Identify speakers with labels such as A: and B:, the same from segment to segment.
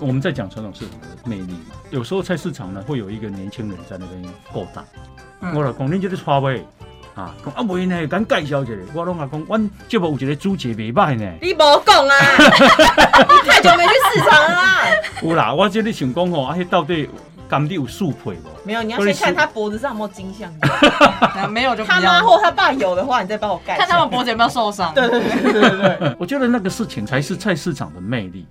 A: 我们在讲传统市场的魅力嘛，有时候菜市场呢会有一个年轻人在那边勾搭，
B: 嗯，
A: 我来讲恁这个菜尾啊，讲啊袂呢，咱介绍一下，我拢啊讲，阮这部有一个主持袂歹呢
B: 你无讲啊， 你太久没去市场了啊啦。
A: 有啦，我这里想讲吼，啊，迄到底甘地有速配 无？
B: 没有，你要先看他脖子上有没有金项，
C: 啊没有就不
B: 他妈
C: 要
B: 或他爸有的话，你再帮我盖。
C: 看他们脖子有没有受伤。
B: 对对对对对对，
A: 我觉得那个事情才是菜市场的魅力。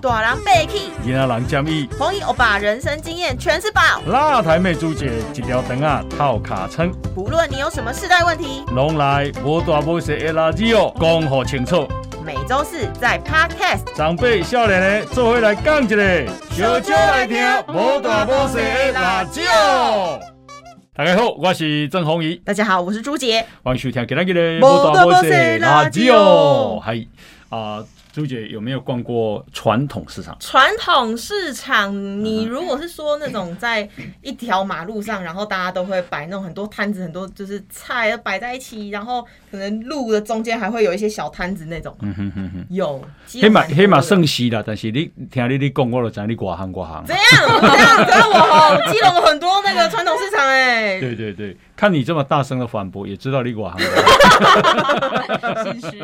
B: 大人被气，
D: 囡仔人建议，
B: 红衣欧巴人生经验全是宝。
D: 辣台妹主姐一条肠啊套卡称，
B: 不论你有什么世代问题，
D: 拢来无大无小的垃圾哦，讲好清楚。
B: 每周四在 Podcast
D: 长辈少年的做伙来讲一个，
B: 小酒来听无大无小的辣椒。
D: 大家好，我是郑宏仪，
B: 大家好，我是朱杰。
D: 欢迎收听今天的
B: 无大无小的辣椒
D: 嗨啊，朱姐有没有逛过传统市场？
B: 传统市场，你如果是说那种在一条马路上，然后大家都会摆那种很多摊子，很多就是菜摆在一起，然后可能路的中间还会有一些小摊子那种，
A: 嗯哼哼哼，
B: 有。几乎
A: 黑马
B: 蛮多的
A: 黑马算是啦，但是你听你你讲，我就知道你外行外行。
B: 怎样？怎样？怎样？我吼，基隆有很多那个传统市场哎、
A: 对对对，看你这么大声的反驳，也知道你外行。
C: 心虚。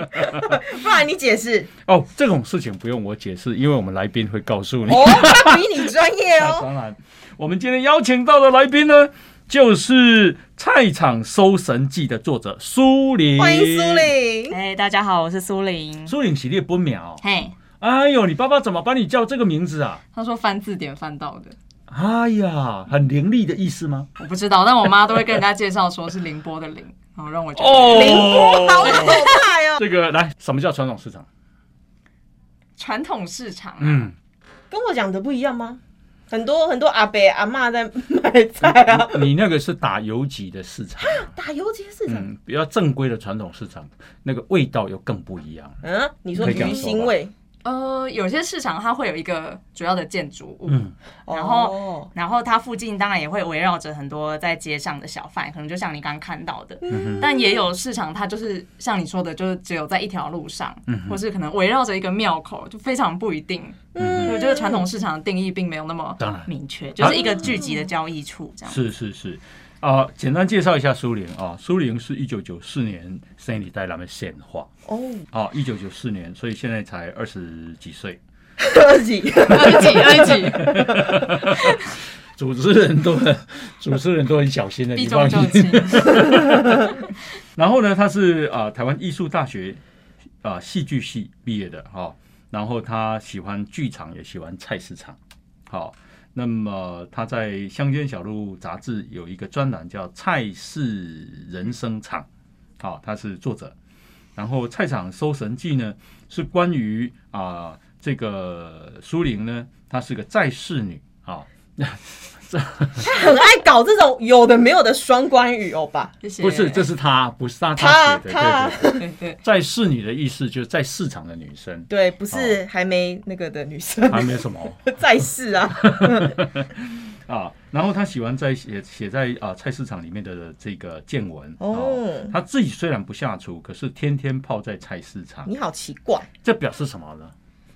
B: 不然你解释
A: 哦，这种事情不用我解释，因为我们来宾会告诉你。
B: 哦，他比你专业
D: 那
B: 哦。
D: 当然，我们今天邀请到的来宾呢，就是《菜场搜神记》的作者苏林。
B: 欢迎苏。玲，
C: 哎，大家好，我是苏玲。
A: 苏岭系列不秒。
C: 嘿，
A: 哎呦，你爸爸怎么把你叫这个名字啊？
C: 他说翻字典翻到的，
A: 哎呀，很凌厉的意思吗？
C: 我不知道，但我妈都会跟人家介绍说是宁波的宁，然后让我觉得
D: 哦，
B: 凌波好可怕哟、
D: 这个来，
A: 什么叫传统市场？
C: 传统市场。啊
A: 嗯，
B: 跟我讲的不一样吗？很多很多阿伯阿嬷在卖菜啊，
A: 你那个是打游击的市场，
B: 打游街市场。
A: 嗯，比较正规的传统市场，那个味道又更不一样。
B: 嗯，你说
A: 可以这样
B: 鱼
A: 说
B: 腥
A: 吧
B: 味，
C: 呃，有些市场它会有一个主要的建筑物，
A: 嗯
C: 然后
B: 哦
C: 然后它附近当然也会围绕着很多在街上的小贩，可能就像你刚刚看到的，
A: 嗯
C: 但也有市场，它就是像你说的，就是只有在一条路上，
A: 嗯
C: 或是可能围绕着一个庙口，就非常不一定。
B: 嗯
C: 我觉得传统市场的定义并没有那么
A: 当然
C: 明确，就是一个聚集的交易处这样。
A: 是是是，啊、简单介绍一下苏联啊，苏联是一九九四年生理带来的显化
B: 哦，
A: 啊，一九九四年，所以现在才二十几岁，
B: 自己
C: 二 级二级，
A: 主持人都很主持人都很小心的，
C: 避
A: 你放
C: 重就
A: 心。
C: 轻。
A: 然后呢，他是啊、台湾艺术大学啊、戏剧系毕业的哈、然后他喜欢剧场，也喜欢菜市场。好、那么他在《乡间小路》杂志有一个专栏叫《菜市人生场》，好、他是作者。然后《菜场搜神记》呢，是关于啊、这个苏玲呢，她是个在世女啊、
B: 很爱搞这种有的没有的双关语哦吧？
C: 谢谢。
A: 不是，这是她，不是她，她
B: 她
A: 写的，
B: 她
A: 对对对。
C: 对对，
A: 在世女的意思就是在市场的女生，
B: 对，不是还没那个的 女生
A: 还没什么
B: 在世啊，
A: 啊。然后他喜欢在写写在啊菜市场里面的这个见闻啊
B: 哦
A: 他自己虽然不下厨，可是天天泡在菜市场，
B: 你好奇怪，
A: 这表示什么呢？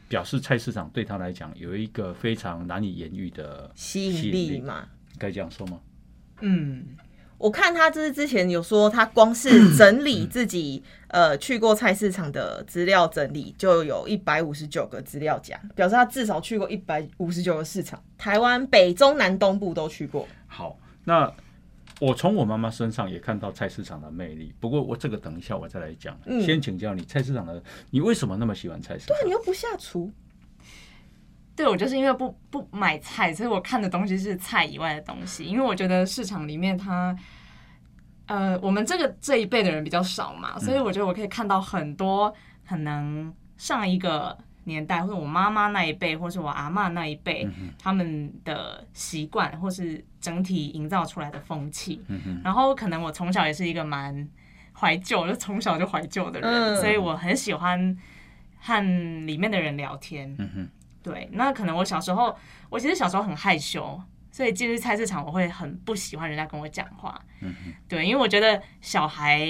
A: 表示菜市场对他来讲有一个非常难以言喻的
B: 吸引力，嘛。
A: 该这样说吗？
C: 嗯，
B: 我看他就是之前有说，他光是整理自己呃去过菜市场的资料整理，就有一百五十九个资料夹，表示他至少去过一百五十九个市场，台湾北中南东部都去过。
A: 好，那我从我妈妈身上也看到菜市场的魅力，不过我这个等一下我再来讲。
B: 嗯
A: 先请教你，菜市场的你为什么那么喜欢菜市场
B: 对啊，？你又不下厨，
C: 对我就是因为不不买菜，所以我看的东西是菜以外的东西，因为我觉得市场里面它。呃，我们这个这一辈的人比较少嘛，所以
A: 嗯
C: 我觉得我可以看到很多可能上一个年代，或者我妈妈那一辈，或是我阿嬷那一
A: 嗯
C: 辈，他们的习惯，或是整体营造出来的风气。
A: 嗯
C: 然后可能我从小也是一个蛮怀旧，就从小就怀旧的人，
B: 嗯
C: 所以我很喜欢和里面的人聊天。
A: 嗯
C: 对，那可能我小时候，我其实小时候很害羞，所以进入菜市场我会很不喜欢人家跟我讲话。嗯、对，因为我觉得小孩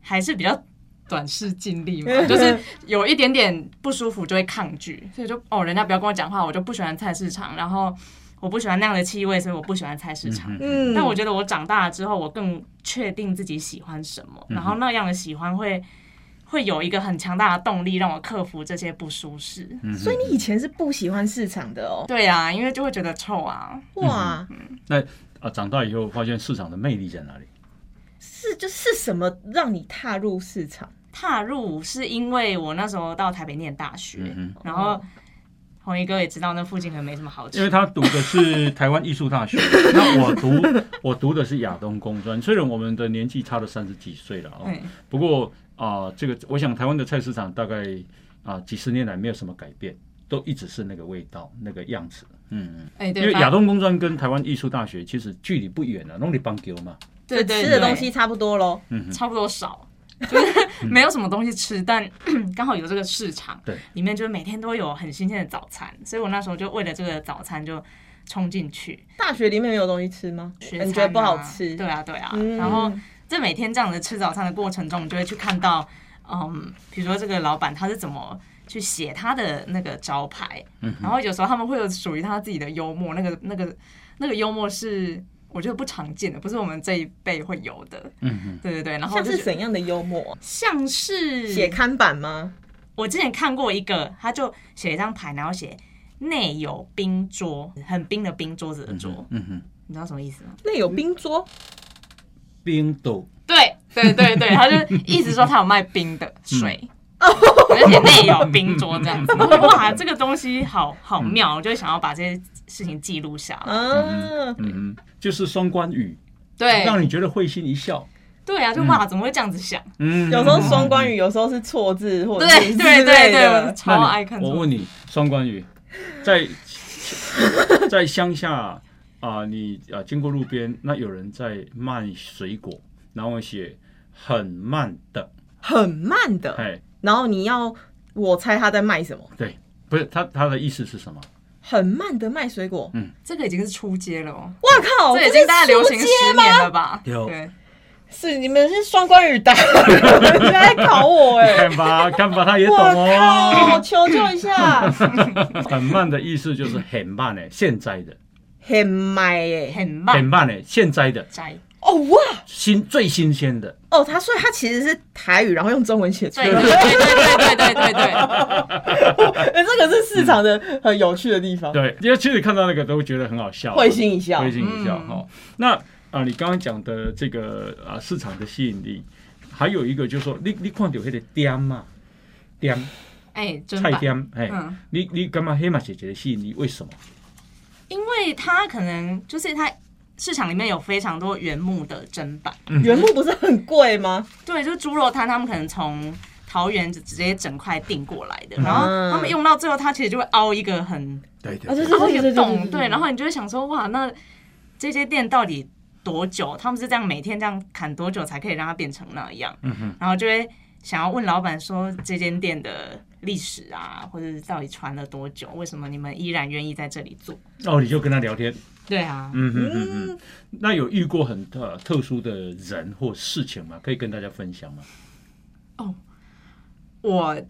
C: 还是比较短视近利嘛，就是有一点点不舒服就会抗拒，所以就哦，人家不要跟我讲话，我就不喜欢菜市场，然后我不喜欢那样的气味，所以我不喜欢菜市场。
A: 嗯
B: 嗯，
C: 但我觉得我长大了之后，我更确定自己喜欢什
A: 嗯
C: 么，然后那样的喜欢会会有一个很强大的动力让我克服这些不舒适。
A: 嗯
B: 所以你以前是不喜欢市场的哦，
C: 对啊，因为就会觉得臭啊，
B: 哇，
A: 啊，长大以后发现市场的魅力在哪里？
B: 是就是什么让你踏入市场？
C: 踏入是因为我那时候到台北念大学，
A: 嗯
C: 然后红衣哥也知道那附近可能没什么好吃
A: 因为他读的是台湾艺术大 学，那我读我读的是亚东工专，虽然我们的年纪差了三十几岁了哦，
C: 对，
A: 不过啊、这个我想台湾的菜市场大概啊、几十年来没有什么改变，都一直是那个味道那个样子。嗯，
C: 哎、
A: 因
C: 对，
A: 为
C: 反
A: 亚东工专跟台湾艺术大学其实距离不远啊，弄里邦球嘛。
C: 对对
B: 吃的
C: 对
B: 东西差不多喽。
A: 嗯哼，
C: 差不多少， 就是没有什么东西吃，但 刚好有这个市场，
A: 对，
C: 里面就是每天都有很新鲜的早餐，所以我那时候就为了这个早餐就冲进去，
B: 大学里面没有东西吃吗？
C: 学
B: 你觉
C: 餐
B: 得不好
C: 啊
B: 吃？
C: 对啊对啊，
B: 嗯
C: 然后在每天这样的吃早餐的过程中，你就会去看到，嗯，比如说这个老板他是怎么。去写他的那个招牌，
A: 嗯
C: 然后有时候他们会有属于他自己的幽默，那个、那个、那个幽默是我觉得不常见的，不是我们这一辈会有的。
A: 嗯哼，
C: 对对对，然后我
B: 像
C: 就是嗯觉得
B: 怎样的幽默啊？
C: 像是
B: 写看板吗？
C: 我之前看过一个，他就写一张牌，然后写内有冰桌，很冰的冰桌子的桌，
A: 嗯哼，
C: 你知道什么意思吗？
B: 那有冰桌，
A: 冰斗
C: 对对对对，他就一直说他有卖冰的水。而且内有冰桌这样子，然后我就哇，这个东西好好妙，我就想要把这些事情记录下来。
B: 啊，
A: 嗯哼，就是双关语，
C: 对
A: 让你觉得会心一笑。
C: 对啊，就哇，怎么会这样子想？
A: 嗯，
B: 有时候双关语，有时候是错字或者
C: 对
B: 是
C: 对对
B: 之类
C: 对，我
B: 的。
A: 那
C: 超
A: 你
C: 爱看这
A: 我
C: 种。
A: 问你，双关语，在 在乡下啊、你啊、经过路边，那有人在卖水果，然后写很慢的，
B: 很慢的，
A: 哎，
B: 然后你要我猜他在卖什么？
A: 对，不是他他的意思是什么？
B: 很慢的卖水果，
C: 这个已经是初阶了哦，
B: 哇靠！
C: 这已
B: 是
C: 经大概流行
B: 初阶
C: 十年了吧？
A: 有
C: 对，
B: 是你们是双关语达人，你来考我哎、
A: 看吧，看吧，他也懂
B: 我
A: 哦。
B: 靠！求救一下，
A: 很慢的意思就是很慢呢、现在的，
B: 很卖哎！
C: 很
A: 很
C: 慢，
A: 慢呢、现在的
C: 摘
B: 哦哇
A: 新最新鲜的，
B: 哦，他所以他其实是台语，然后用中文写出来
C: 对对。对对对对对对，
B: 哎，这个是市场的很有趣的地方，
A: 对，因为其实看到那个都觉得很好笑，啊
B: 会心一笑
A: 会。心一笑
C: 嗯
A: 哈、哦那啊，你刚刚讲的这个啊，市场的吸引力，还有一个就是说，你你看到那个店嘛，店
C: 哎，真
A: 菜
C: 版，
A: 店，哎、
C: 嗯，
A: 你你干嘛黑马姐姐的吸引力？为什么？
C: 因为它可能就是它市场里面有非常多原木的砧板，
B: 原木不是很贵吗？
C: 对，就是猪肉摊他们可能从桃园直接整块订过来的，
A: 嗯
C: 然后他们用到最后，它其实就会凹一个很
A: 对对
B: 啊，
A: 对，
B: 对对
C: 凹一
B: 对
C: 个
B: 对
C: 洞，对，然后你就会想说，哇，那这些店到底多久？他们是这样每天这样砍多久才可以让它变成那样？
A: 嗯哼，
C: 然后就会想要问老板说这间店的历史啊，或者是到底传了多久？为什么你们依然愿意在这里做？
A: 哦，你就跟他聊天，
C: 对啊，
A: 嗯哼嗯哼嗯。那有遇过很特特殊的人或事情吗？可以跟大家分享吗？
C: 我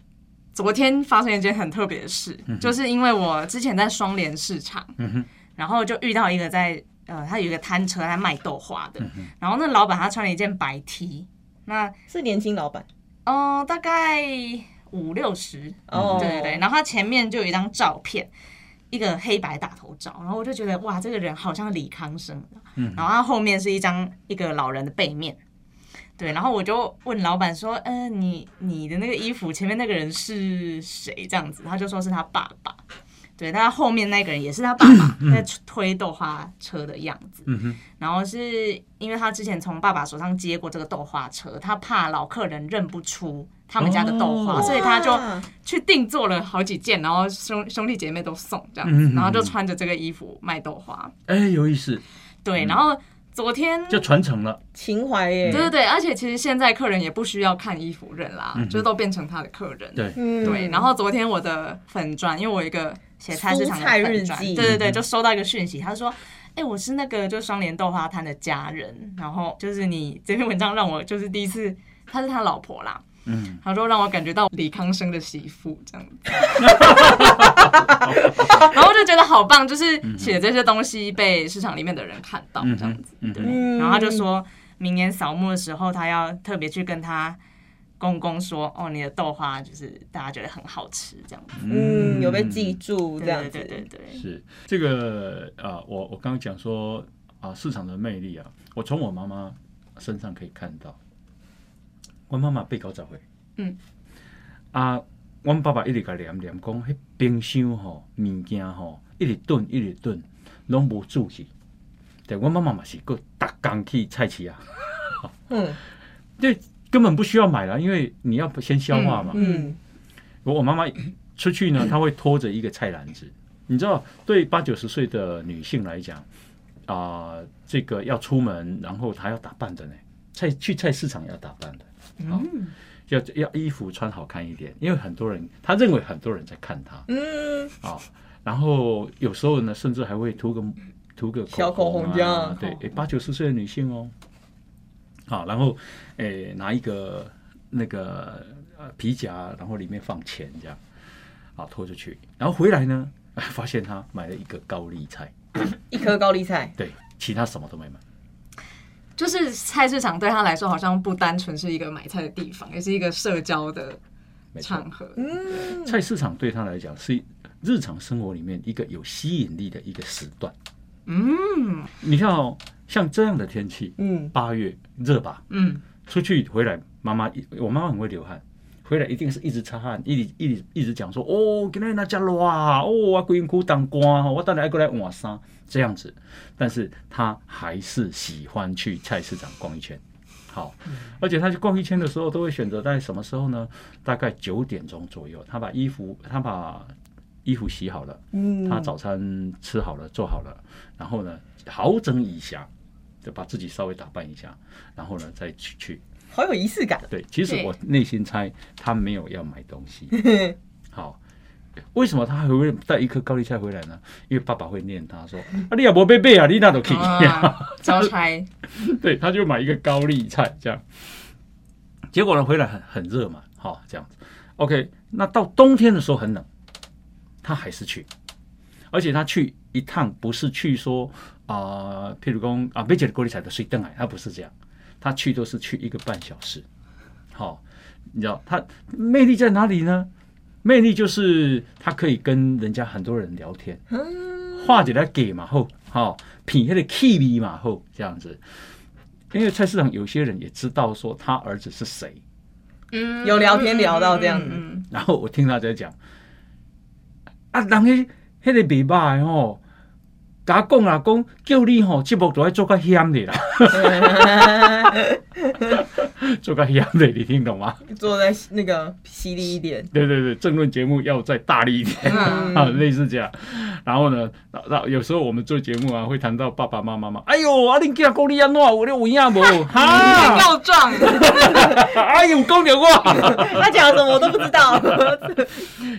C: 昨天发生一件很特别的事，就是因为我之前在双联市场，
A: 嗯哼
C: 然后就遇到一个在呃，他有一个摊车在卖豆花的，然后那老板他穿了一件白 T，那
B: 是年轻老板
C: 嗯、呃大概五六十，
B: 哦，
C: 对对对，，然后他前面就有一张照片，一个黑白大头照，然后我就觉得哇，这个人好像李康生，啊然后他后面是一张一个老人的背面，对，然后我就问老板说，嗯、你你的那个衣服前面那个人是谁？这样子，他就说是他爸爸，对，但他后面那个人也是他爸爸在推豆花车的样子，
A: 嗯哼，
C: 然后是因为他之前从爸爸手上接过这个豆花车，他怕老客人认不出他们家的豆花，
A: 哦
C: 所以他就。
B: 哇
C: 去定做了好几件，然后兄兄弟姐妹都送这
A: 嗯
C: 样
A: 嗯
C: 子
A: 嗯，
C: 然后就穿着这个衣服卖豆花。
A: 哎、有意思，
C: 对，然后昨天
A: 嗯就传承了。
B: 情怀
C: 对
B: 耶，
C: 对对，而且其实现在客人也不需要看衣服认啦，就是都变成他的客人。
A: 嗯对，
B: 嗯
C: 对，然后昨天我的粉砖，因为我有一个写菜市场的
B: 蔬菜日
C: 粉砖，
B: 记
C: 对对对，就收到一个讯息，他说。哎、我是那个就双联豆花摊的家人，然后就是你这篇文章让我就是第一次，他是他老婆啦，
A: 嗯，
C: 他说让我感觉到李康生的媳妇 这样子，然后我就觉得好棒，就是写这些东西被市场里面的人看到哦这样子，
A: 嗯哼嗯哼
C: 对，然后他就说明年扫墓的时候，他要特别去跟他公公说，哦，你的豆花就是大家觉得很好吃这样子，
B: 嗯，有被记住这样子，
C: 对对对对，
A: 是这个啊、我我刚刚讲说啊、市场的魅力啊，我从我妈妈身上可以看到。我妈妈被搞早会，
C: 嗯，
A: 啊，我爸爸一直甲念念讲，迄冰箱吼物件吼，一直炖一直炖，拢无煮去。但我妈妈嘛是个逐工去菜市啊，
B: 嗯
A: 这根本不需要买了，因为你要先消化嘛。
B: 嗯
A: 我我妈妈出去呢，她会拖着一个菜篮子。你知道，对八九十岁的女性来讲，啊、这个要出门，然后她要打扮的呢，菜去菜市场要打扮的，好、要要衣服穿好看一点，因为很多人她认为很多人在看她
B: 嗯，
A: 啊、然后有时候呢，甚至还会涂个涂个
B: 小口红
A: 啊
B: 这样哦
A: 对，诶八九十岁的女性哦，好、然后诶拿一个那个呃皮夹，然后里面放钱这样，啊拖出去，然后回来呢，哎发现她买了一个高丽菜，
B: 一颗高丽菜，
A: 对，其他什么都没买，
C: 就是菜市场对他来说好像不单纯是一个买菜的地方，也是一个社交的
A: 没错，
C: 场合。
B: 嗯
A: 菜市场对她来讲是日常生活里面一个有吸引力的一个时段。
C: 嗯
A: 你看哦，像这样的天气，
B: 嗯
A: 八月热吧，
C: 嗯，
A: 出去回来，妈妈一我妈妈很会流汗，回来一定是一直擦汗，一直一直一直讲说，哦，今天那遮热啊，哦，我规身躯当干哦，我等下还过来换衫这样子，但是她还是喜欢去菜市场逛一圈。好，而且她去逛一圈的时候，都会选择在什么时候呢？大概九点钟左右，她把衣服，她把衣服洗好了，
B: 嗯，
A: 她早餐吃好了，做好了，然后呢，好整以暇，就把自己稍微打扮一下，然后呢，再去去
B: 好有仪式感，
A: 对，其实
C: 对
A: 我内心猜他没有要买东西。好，为什么他还会带一颗高丽菜回来呢？因为爸爸会念他说：“啊，你也不贝贝啊，你那 都可以。
C: 啊，招差，
A: 对，他就买一个高丽菜这样。结果呢，回来很很热嘛，好、这样子。OK，那到冬天的时候很冷，他还是去，而且他去一趟不是去说啊、譬如讲啊，贝姐的高丽菜的水灯来，他不是这样，他去都是去一个半小时。好、你知道他魅力在哪里呢？魅力就是他可以跟人家很多人聊天，画起来给嘛后，好、品那个气味嘛后这样子。因为菜市场有些人也知道说他儿子是谁，
C: 嗯
B: 有聊天聊到这样子
C: 嗯嗯
A: 然后我听他在讲，啊，人迄迄个袂歹吼，甲我讲啊，讲叫你吼，节目都要做较险的啦， 做较险的，你听懂吗？
B: 坐在那个犀利 一点，
A: 对对对，政论节目要再大力一点。
C: 嗯
A: 啊，类似这样。然后呢，那那有时候我们做节目啊，会谈到爸爸妈妈嘛。哎呦，啊，恁囝讲你安怎，有咧有影无？
C: 嗯
A: 哈，
C: 告状，
A: 哎呦，讲着我。
B: 他讲什么我都不知道，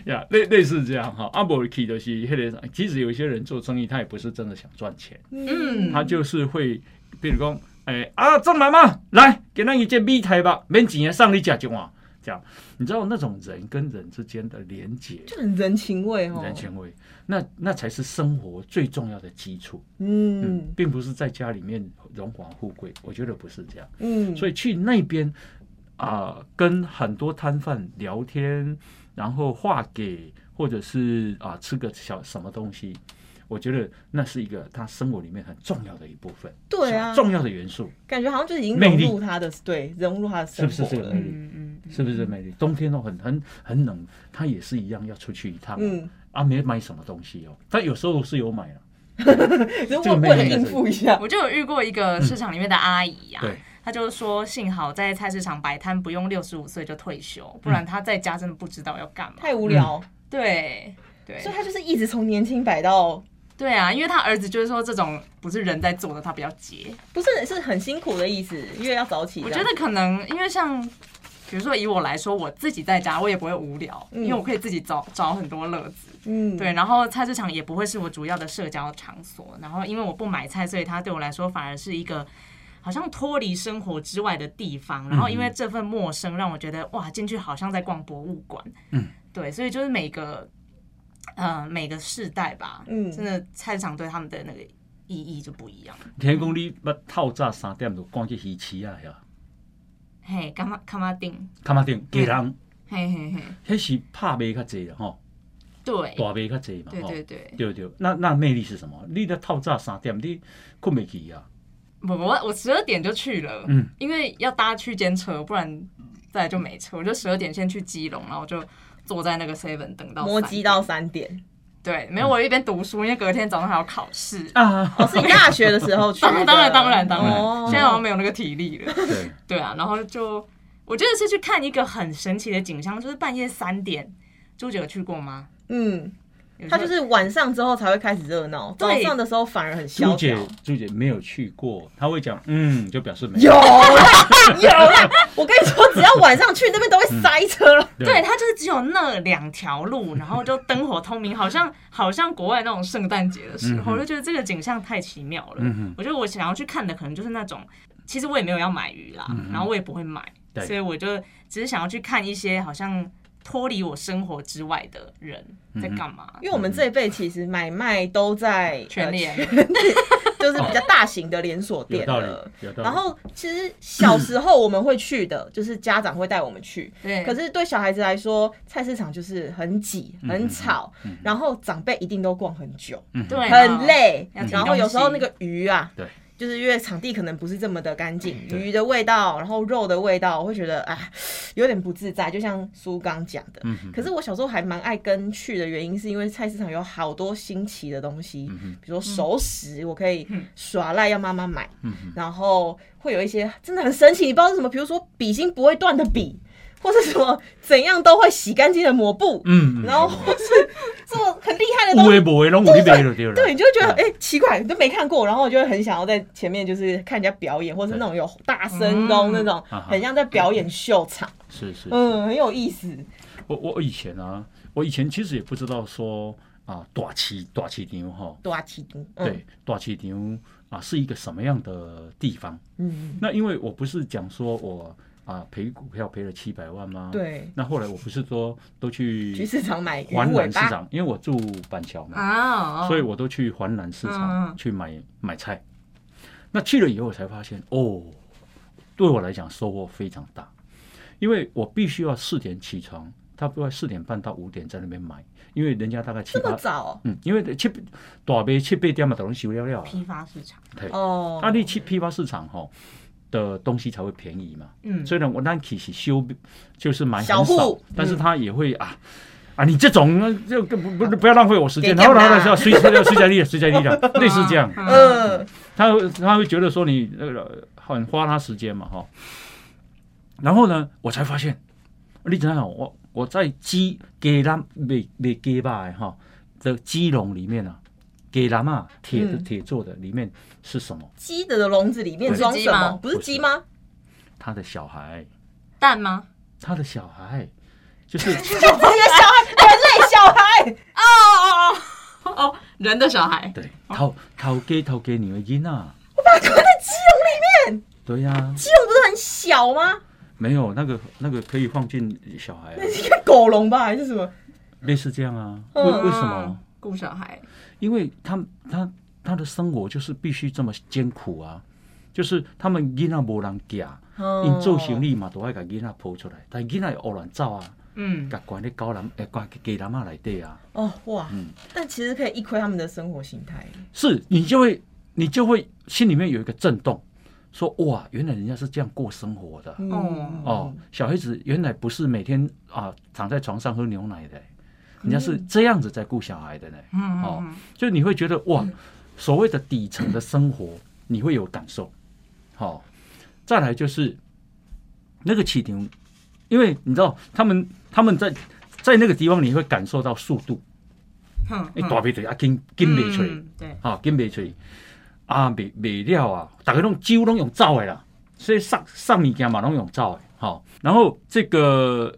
A: 呀，类类似这样哈。阿伯去就是迄个，其实有一些人做生意，他也不是真的想赚钱，
C: 嗯，
A: 他就是会，比如讲，哎、啊，郑妈妈来，给咱一件米台吧，免钱的上你吃一碗。这样，你知道那种人跟人之间的连结、
B: 就很人情味哦，
A: 人情味，那那才是生活最重要的基础。嗯
B: 嗯，
A: 并不是在家里面荣华富贵，我觉得不是这样。
B: 嗯，
A: 所以去那边啊、跟很多摊贩聊天，然后画给或者是啊、吃个小什么东西，我觉得那是一个他生活里面很重要的一部分，
B: 对啊，
A: 重要的元素，
B: 感觉好像就已经
A: 魅
B: 融
A: 力
B: 入他的对，融入他的
A: 是
B: 生
A: 不是这
B: 活
A: 个
B: 了
A: 魅，力？
C: 嗯嗯
A: 是不是美丽？冬天哦，很很很冷，他也是一样要出去一趟、
B: 嗯，
A: 啊，没买什么东西哦，但有时候是有买了，啊
B: 如
A: 这
B: 果
A: 个魅
B: 为了
A: 力在
B: 应
A: 这
B: 付一下，
C: 我就有遇过一个市场里面的阿姨啊，
A: 对，
C: 她就说幸好在菜市场摆摊不用六十五岁就退休，不然她在家真的不知道要干嘛。
B: 太无聊，
C: 嗯对对
B: 所以他就是一直从年轻摆到。
C: 对啊，因为她儿子就是说这种不是人在做的，她不要接。
B: 不是，是很辛苦的意思，因为要早起这
C: 我
B: 样。
C: 觉得可能因为像，比如说以我来说，我自己在家我也不会无聊，
B: 嗯
C: 因为我可以自己找找很多乐子。
B: 嗯，
C: 对，然后菜市场也不会是我主要的社交场所。然后因为我不买菜，所以它对我来说反而是一个好像脱离生活之外的地方，然后因为这份陌生，让我觉得哇，进去好像在逛博物馆。
A: 嗯，
C: 对，所以就是每个呃每个世代吧，
B: 嗯
C: 真的菜市场对他们的那个意义就不一样。
A: 听讲你捌透早三点就赶去鱼市啊，遐，
B: 嗯
C: 嘿，干嘛干嘛定？
A: 看嘛定给人，
C: 嘿嘿嘿，
A: 迄是拍卖较济啦吼，
C: 对，
A: 大卖较济嘛
C: 对
A: 吼。
C: 对对。
A: 对对，那那魅力是什么？你咧透早三点，你困袂去啊？
C: 我我我十二点就去了，
A: 嗯
C: 因为要搭区间车，不然再来就没车。我就十二点先去基隆，然后就坐在那个 seven 等到
B: 摸
C: 3
B: 鸡
C: 点
B: 到三点。
C: 对，没有我一边读书，因为隔天早上还要考试。
A: 啊，
B: 哦， 是你大学的时候去的
C: 当然当然当然当然，
B: 哦
C: 现在好像没有那个体力了。
A: 对，
C: 对啊，然后就我记得是去看一个很神奇的景象，就是半夜三点。朱姐有去过吗？
B: 嗯，
C: 有
B: 他
C: 时
B: 就
C: 候
B: 是晚上之后才会开始热闹，早
C: 对
B: 上的时候反而很
A: 朱
B: 萧条
A: 姐。朱姐没有去过，她会讲嗯，就表示没
B: 有有啦，我跟你说，只要晚上去那边都会塞车。
C: 对，它就是只有那两 条路，然后就灯火通明，好像好像国外那种圣诞节的时候，
A: 嗯哼
C: 我就觉得这个景象太奇妙了。
A: 嗯哼
C: 我觉得我想要去看的可能就是那种，其实我也没有要买鱼啦，然后我也不会买，
A: 嗯对
C: 所以我就只是想要去看一些好像脱离我生活之外的人
A: 嗯
C: 在干嘛。
B: 因为我们这一辈其实买卖都在
C: 全联
B: 呃全就是比较大型的连锁
A: 有
B: 店
A: 道理
B: 了。，
A: 有道理。
B: 然后其实小时候我们会去的，就是家长会带我们去。
C: 对，
B: 可是对小孩子来说，菜市场就是很挤、
A: 嗯
B: 很吵，然后长辈一定都逛很久，
C: 对
B: 很，累
C: 嗯哦要。吃
B: 然后有时候那个鱼啊，
A: 对，
B: 就是因为场地可能不是这么的干净，
A: 对
B: 鱼的味道，然后肉的味道，我会觉得啊，有点不自在。就像苏刚讲的，
A: 嗯
B: 可是我小时候还蛮爱跟去的原因，是因为菜市场有好多新奇的东西，
A: 嗯
B: 比如说熟食，我可以耍赖要妈妈买，
A: 嗯
B: 然后会有一些真的很神奇，你不知道是什么，比如说笔芯不会断的笔。或是什么怎样都会洗干净的抹布，
A: 嗯，
B: 然后或是这种很厉害的
A: 有
B: 东西，
A: 诶无诶拢有你卖就对了。
B: 对，你就会觉得哎、
A: 对
B: 诶奇怪，你都没看过，然后我就会很想要在前面就是看人家表演，或是那种有大声公那
C: 嗯
B: 种，
A: 啊哈
B: 很像在表演秀场，
A: 是是，
B: 嗯，很有意思。
A: 我我以前啊，我以前其实也不知道说啊，短期短期牛哈，
B: 多奇丁，嗯，
A: 对，短期牛啊是一个什么样的地方？
B: 嗯，
A: 那因为我不是讲说我啊赔股票赔了七百万吗？。
B: 对，
A: 那后来我不是说都
B: 去
A: 去
B: 市场买鱼
A: 环
B: 尾
A: 南市
B: 巴，哦
A: 场，因为我住板桥嘛，
C: 啊，
A: 所以我都去环南市
C: 嗯嗯
A: 场去买买菜。那去了以后，我才发现哦，对我来讲收获非常大，因为我必须要四点起床，差不多四点半到五点在那边买，因为人家大概七
B: 这么
A: 八，
B: 早
A: 嗯，因为七大杯七八点嘛，都能收了了啊。
C: 批发市场，
B: 哦，
A: 啊，你去批发市场吼的东西才会便宜嘛。
C: 嗯，
A: 虽然我那其实修就是买
B: 小
A: 很
B: 户
A: 少，但是他也会啊啊，你这种啊就不不不要浪费我时间，
B: 别
A: 然后
B: 干
A: 然
B: 嘛
A: 后要谁谁谁在力谁在力量，类似这样，
C: 嗯
B: 嗯，
A: 他会他会觉得说你那个很花他时间嘛哈。然后呢，我才发现，你知道我我在鸡给他没没给吧哈的鸡笼里面啊，给他嘛铁的
B: 嗯
A: 铁做的里面是什么？
B: 鸡的笼子里面
A: 不是
B: 装
C: 鸡
B: 什么
C: 吗？
B: 不是
A: 不是
B: 鸡吗？
A: 他的小孩，
C: 蛋吗？
A: 他的小孩就是。
B: 就直接小孩，人类小孩，
C: 哦哦哦哦，人的小孩，
A: 对，头头家头家娘的囡仔，
B: 哦把它关在鸡笼里面，
A: 对呀、
B: 鸡笼不是很小吗？
A: 没有那个那个可以放进小孩、啊
B: 那，是一个狗笼吧，还是什么？
A: 类似这样啊？为
B: 嗯
A: 为什么
C: 啊？？顾小孩，
A: 因为他他他的生活就是必须这么艰苦啊，就是他们囡仔无人教，
B: 嗯
A: 因做生
B: 理，
A: 意嘛都爱把囡仔抱出来，但囡仔会胡乱走啊，
C: 嗯，
A: 甲关咧狗栏诶，关鸡栏啊内底啊，
B: 哦哇
A: 嗯，
B: 但其实可以一窥他们的生活形态。
A: 是你就会你就会心里面有一个震动，说哇，原来人家是这样过生活的啊、
B: 嗯
A: 哦，，小孩子原来不是每天啊躺在床上喝牛奶的，人家是这样子在顾小孩的呢。
C: 嗯，
A: 哦
C: 嗯，
A: 就你会觉得哇，所谓的底层的生活，你会有感受。好、再来就是那个起点，因为你知道他们他们在在那个地方，你会感受到速度，
C: 嗯
A: 你大，鼻嘴啊，跟跟袂出来，
C: 嗯，对，
A: 啊，跟袂出来，啊，袂袂了啊，大家拢酒拢用走的啦，所以上上物件嘛拢用走的，吼、然后这个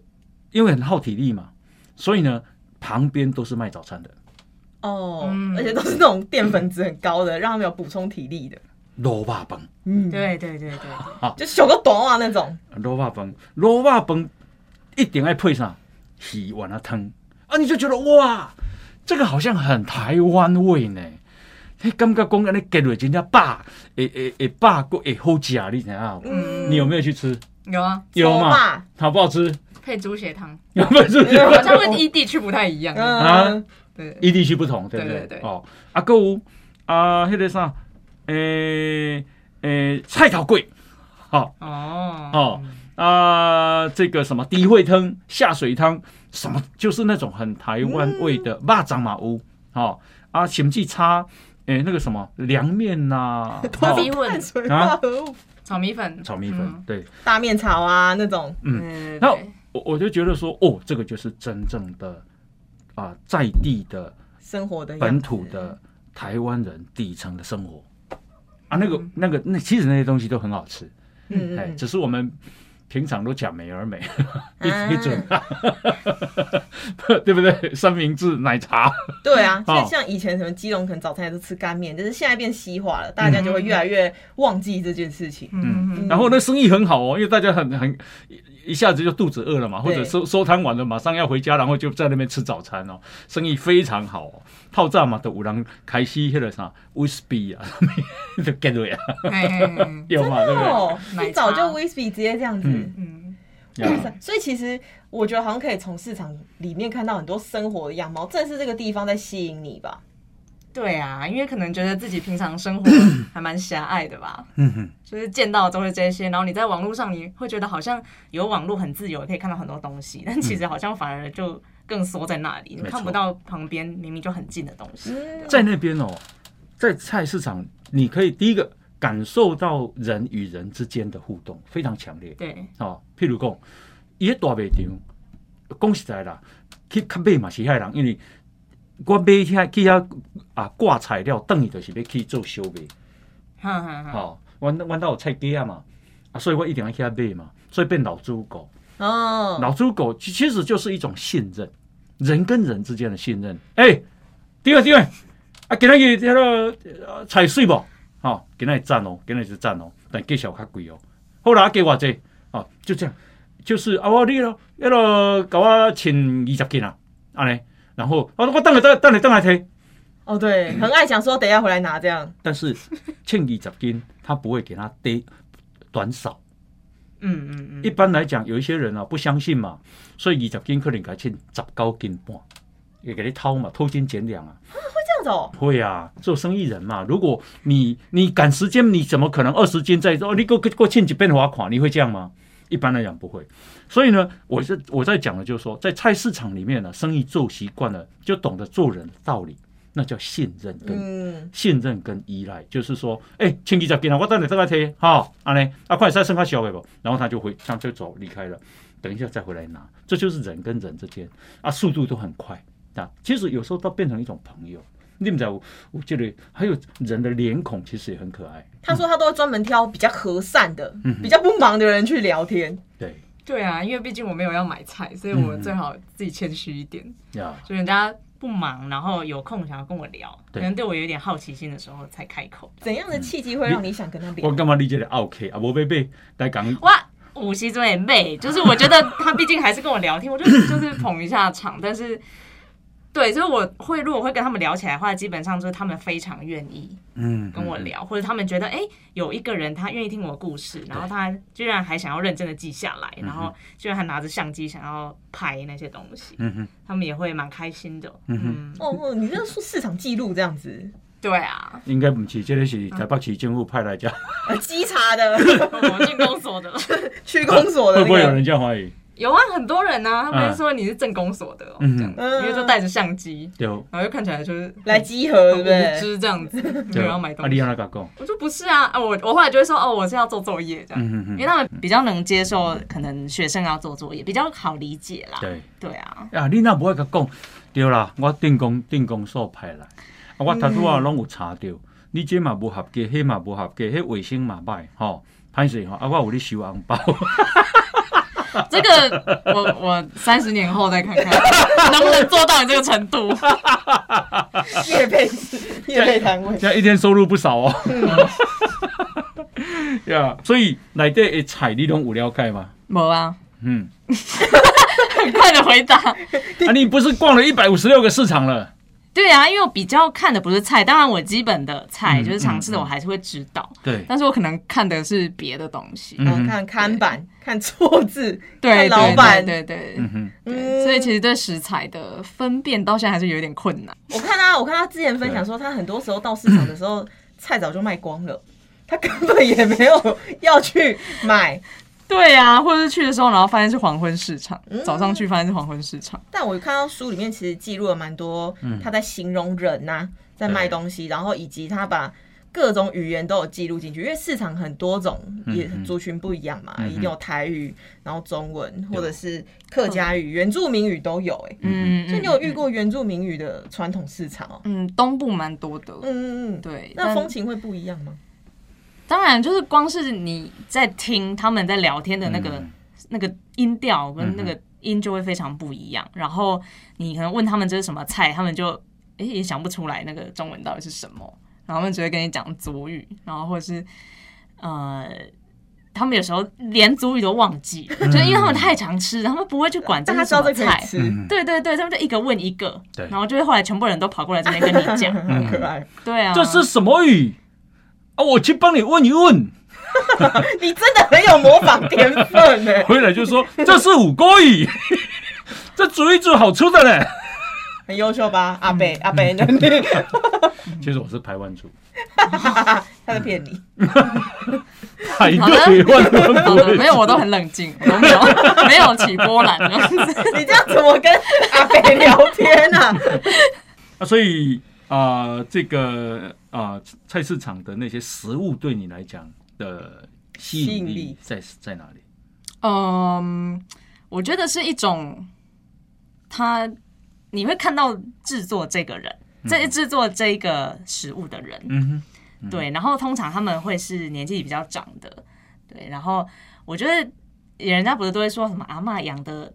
A: 因为很耗体力嘛，所以呢，旁边都是卖早餐的，
B: 哦，
C: 嗯
B: 而且都是那种淀粉值很高的，让他们有补充体力的。
A: 肉霸饭，
B: 嗯，
C: 对对对对对，
B: 就小个短袜那种，
A: 肉霸饭，肉霸饭一定要配上鱼丸啊汤啊，你就觉得哇，这个好像很台湾味呢。嘿，感觉讲安尼结落真正霸，会会会霸过会好食，你知影无？
B: 嗯，
A: 你有没有去吃？
C: 有啊，
A: 有
B: 手
A: 嘛？
B: 把？
A: 好不好吃？
C: 配猪血汤，
A: 有没有吃？
C: 好像跟异地区不太一样。
A: 啊
B: 嗯，
C: 对，
A: 异地区，E 不同，对不
C: 对对对
A: 哦，啊，还有啊，迄个啥，诶诶，菜头粿，好
C: 哦
A: 哦，啊，这个什么低惠汤、下水汤，什么就是那种很台湾味的
C: 嗯
A: 蚂蚱马屋，哦啊，甚至差诶那个什么凉面 呐，
C: 炒
A: 哦
C: 米粉，
B: 水
A: 啊
B: 化合物，
C: 炒米粉，
A: 炒米粉，对
B: 哦大面槽啊那种，
C: 嗯。对对
A: 那
C: 对
A: 我我就觉得说，哦，这个就是真正的啊在地的
B: 生活的样子
A: 本土的台湾人底层的生活啊，那个那个那其实那些东西都很好吃，
B: 嗯嗯，嗯
A: 哎，
B: 嗯，
A: 只是我们平常都讲美而美，
B: 啊
A: 一一准，对不对？三明治、奶茶，
B: 对啊，
A: 哦
B: 像像以前什么基隆可能早餐也都吃干面，但是现在变西化了，大家就会越来越忘记这件事情。
C: 嗯，
A: 然后那生意很好哦，因为大家很很一下子就肚子饿了嘛，或
B: 对
A: 者收收摊晚了，马上要回家，然后就在那边吃早餐哦，生意非常好哦。套炸嘛，的五郎开西迄个啥 w h i s p y 啊， 就 get 了呀，
C: 嘿嘿嘿嘿
A: 有嘛，对不嗯对？
B: 哦，
C: 奶茶
B: 一早就 Whisky 直接这样子。
A: 嗯
C: 嗯，
A: 呀
B: 哇塞 所以其实我觉得好像可以从市场里面看到很多生活的样貌，正是这个地方在吸引你吧？
C: 对啊，因为可能觉得自己平常生活还蛮狭隘的吧，
A: 嗯哼。
C: 就是见到的都是这些，然后你在网络上你会觉得好像有网络很自由，可以看到很多东西，但其实好像反而就更缩在那里，
A: 没
C: 你
A: 错
C: 看不到旁边明明就很近的东西。
B: 嗯，
A: 在那边哦，在菜市场，你可以第一个感受到人与人之间的互动非常强烈
C: 对，
A: 哦。譬如讲，伊大卖场，讲实在啦，去较买嘛是遐人，因为我买遐去遐啊挂材料，等于就是要去做小卖。
C: 哈哈哈。
A: 吼、阮阮兜有菜鸡啊嘛，啊，所以我一定要去遐买嘛，所以变老猪狗。
B: 哦，
A: 老猪狗其其实就是一种信任，人跟人之间的信任。哎、第二第二，啊，今日迄个彩水无，吼、哦，今日赞哦，今日是赞哦，但计小较贵哦。好啦，啊加偌济，哦，就这样，就是啊，我你咯，迄落甲我请二十斤啊，安尼，然后我我等下等等下等下提，
B: 哦，对，很爱讲说等一下回来拿这样，
A: 但是欠二十斤，他不会给他低短少。
C: 嗯嗯
A: 一
C: 嗯，
A: 般来讲，有一些人啊不相信嘛，所以二十斤可能改欠十九斤半，也给你掏嘛，偷斤减两啊。
B: 这样子哦，
A: 会啊，做生意人嘛，如果你你赶时间，你怎么可能二十斤再哦？你给我给我欠几遍罚款，你会这样吗？一般来讲不会。所以呢，我是我在讲的就是说，在菜市场里面呢，生意做习惯了，就懂得做人的道理，那叫信任跟
B: 嗯，
A: 信任跟依赖，就是说，哎、欸，千几十斤啊，我等你再来贴，哈，安尼，啊，快再剩下小的不？然后他就回，他就走离开了，等一下再回来拿，这就是人跟人之间啊，速度都很快啊。其实有时候都变成一种朋友，你们在我我觉得还有人的脸孔其实也很可爱，
B: 他说他都会专门挑比较和善的、
A: 嗯
B: 比较不忙的人去聊天，
A: 对
C: 对啊，因为毕竟我没有要买菜，所以我
A: 嗯
C: 最好自己谦虚一点，
A: 呀，
C: 就人家不忙，然后有空想要跟我聊，可
A: 对
C: 能对我有点好奇心的时候才开口。
B: 怎样的契机会让你想跟他
A: 我
B: 聊？
A: 干嘛理解的 OK 啊？我被被来讲，
C: 哇，五十尊也妹，就是我觉得他毕竟还是跟我聊天，我就就是捧一下场，但是对，所以我会如果会跟他们聊起来的话，基本上就是他们非常愿意
A: 嗯，
C: 跟我聊，或者他们觉得哎、诶有一个人他愿意听我的故事，然后他居然还想要认真的记下
A: 嗯
C: 来，然后居然还拿着相机想要拍那些东西，
A: 嗯哼，
C: 他们也会蛮开心的。嗯，
B: 哦哦，你这个说市场记录这样子，
C: 对啊，
A: 应该不是，这个是台北市政府派来家，
B: 呃，稽查的、
C: 我去公所的了，
B: 区公所的
A: 会
B: 那
A: 不会有
B: 个，
A: 人这样怀疑？
C: 有啊，很多人啊，他们就说你是镇公所的、哦，
A: 嗯
C: 这样子，
B: 嗯
C: 因为就带着相机。
A: 对
C: 然后就看起来就是
B: 来集合，对不
C: 无
B: 对？
C: 知这样子，没
A: 对，
C: 有要买
A: 啊，
C: 东
A: 你
C: 西
A: 安。那讲，
C: 我说不是啊，啊我我后来就会说哦，我是要做作业这样，
A: 嗯哼哼
C: 因为，他们比较能接受，可能学生要做作业比较好理解啦。
A: 对。
C: 对啊，
A: 啊，你若无爱甲讲，对啦，我定工定工所派来，啊，我头拄啊拢有查着，你这嘛无合格，迄嘛无合格，迄卫生嘛歹，吼，歹势吼，啊，我有咧收红包，
C: 这个我我三十年后再看看能不能做到你这个 程度。
B: 业配业配摊位，
A: 现在一天收入不少哦，对啊，所以内底的菜你拢有了解吗？
C: 没啊，
A: 嗯，
C: 很快的回答。
A: 啊，你不是逛了一百五十六个市场了？
C: 对啊，因为我比较看的不是菜，当然我基本的菜就是尝试的，我还是会知道，
A: 对，
C: 但是我可能看的是别的东西。
A: 嗯哼
B: 嗯，看看板，看错字，
C: 对，
B: 看老板，
C: 对对对
A: 嗯哼，
C: 对
B: 嗯
C: 所以其实对食材的分辨到现在还是有点困难。
B: 我看他，我看他之前分享说，他很多时候到市场的时候，菜早就卖光了，他根本也没有要去买。
C: 对啊，或者是去的时候，然后发现是黄昏市场，
B: 嗯
C: 早上去发现是黄昏市场。
B: 但我看到书里面其实记录了蛮多，
C: 嗯
B: 他在形容人呐、在卖东西，然后以及他把各种语言都有记录进去，因为市场很多种，
C: 嗯
B: 也族群不一样嘛，一定有台语，然后中文或者是客家语、原住民语都有、欸。哎、
C: 嗯，
B: 所以你有遇过原住民语的传统市场哦、
C: 嗯东部蛮多的。
B: 嗯嗯嗯，
C: 对，
B: 那
C: 但
B: 风情会不一样吗？
C: 当然就是光是你在听他们在聊天的那个、那个音调跟那个音就会非常不一样。然后你可能问他们这是什么菜，他们就诶、也想不出来那个中文到底是什么，然后他们只会跟你讲族语，然后或者是呃。他们有时候连族语都忘记，就因为他们太常吃，他们不会去管这
B: 但他
C: 是什
B: 知道
C: 么
B: 这可
C: 菜
B: 以。吃，。
A: 嗯
C: 对对对，他们就一个问一个，
A: 对
C: 然后就会后来全部人都跑过来这边跟你讲
B: 很可爱。
C: 对啊，
D: 这是什么语？啊，我去帮你问一问，
B: 你真的很有模仿天分欸呢、
D: 回来就说这是五国 语，这煮一煮好吃的呢。
B: 很优秀吧，阿北阿北，那
A: 其实我是台湾 族，
B: 他在骗你。
D: 排队问问
C: 好的，没 有，我都很冷静，我都没有没有起波澜这样子。
B: 你这样怎么跟阿北聊天 啊？
A: 啊，所以啊、这个啊、菜市场的那些食物对你来讲的吸
B: 吸
A: 引
B: 引
A: 力
B: 力
A: 在在哪里？
C: 嗯，我觉得是一种，他你会看到制作这个人，这制作这个食物的人，
A: 嗯哼，
C: 对，然后通常他们会是年纪比较长的，对，然后我觉得人家不是都会说什么阿嬷养的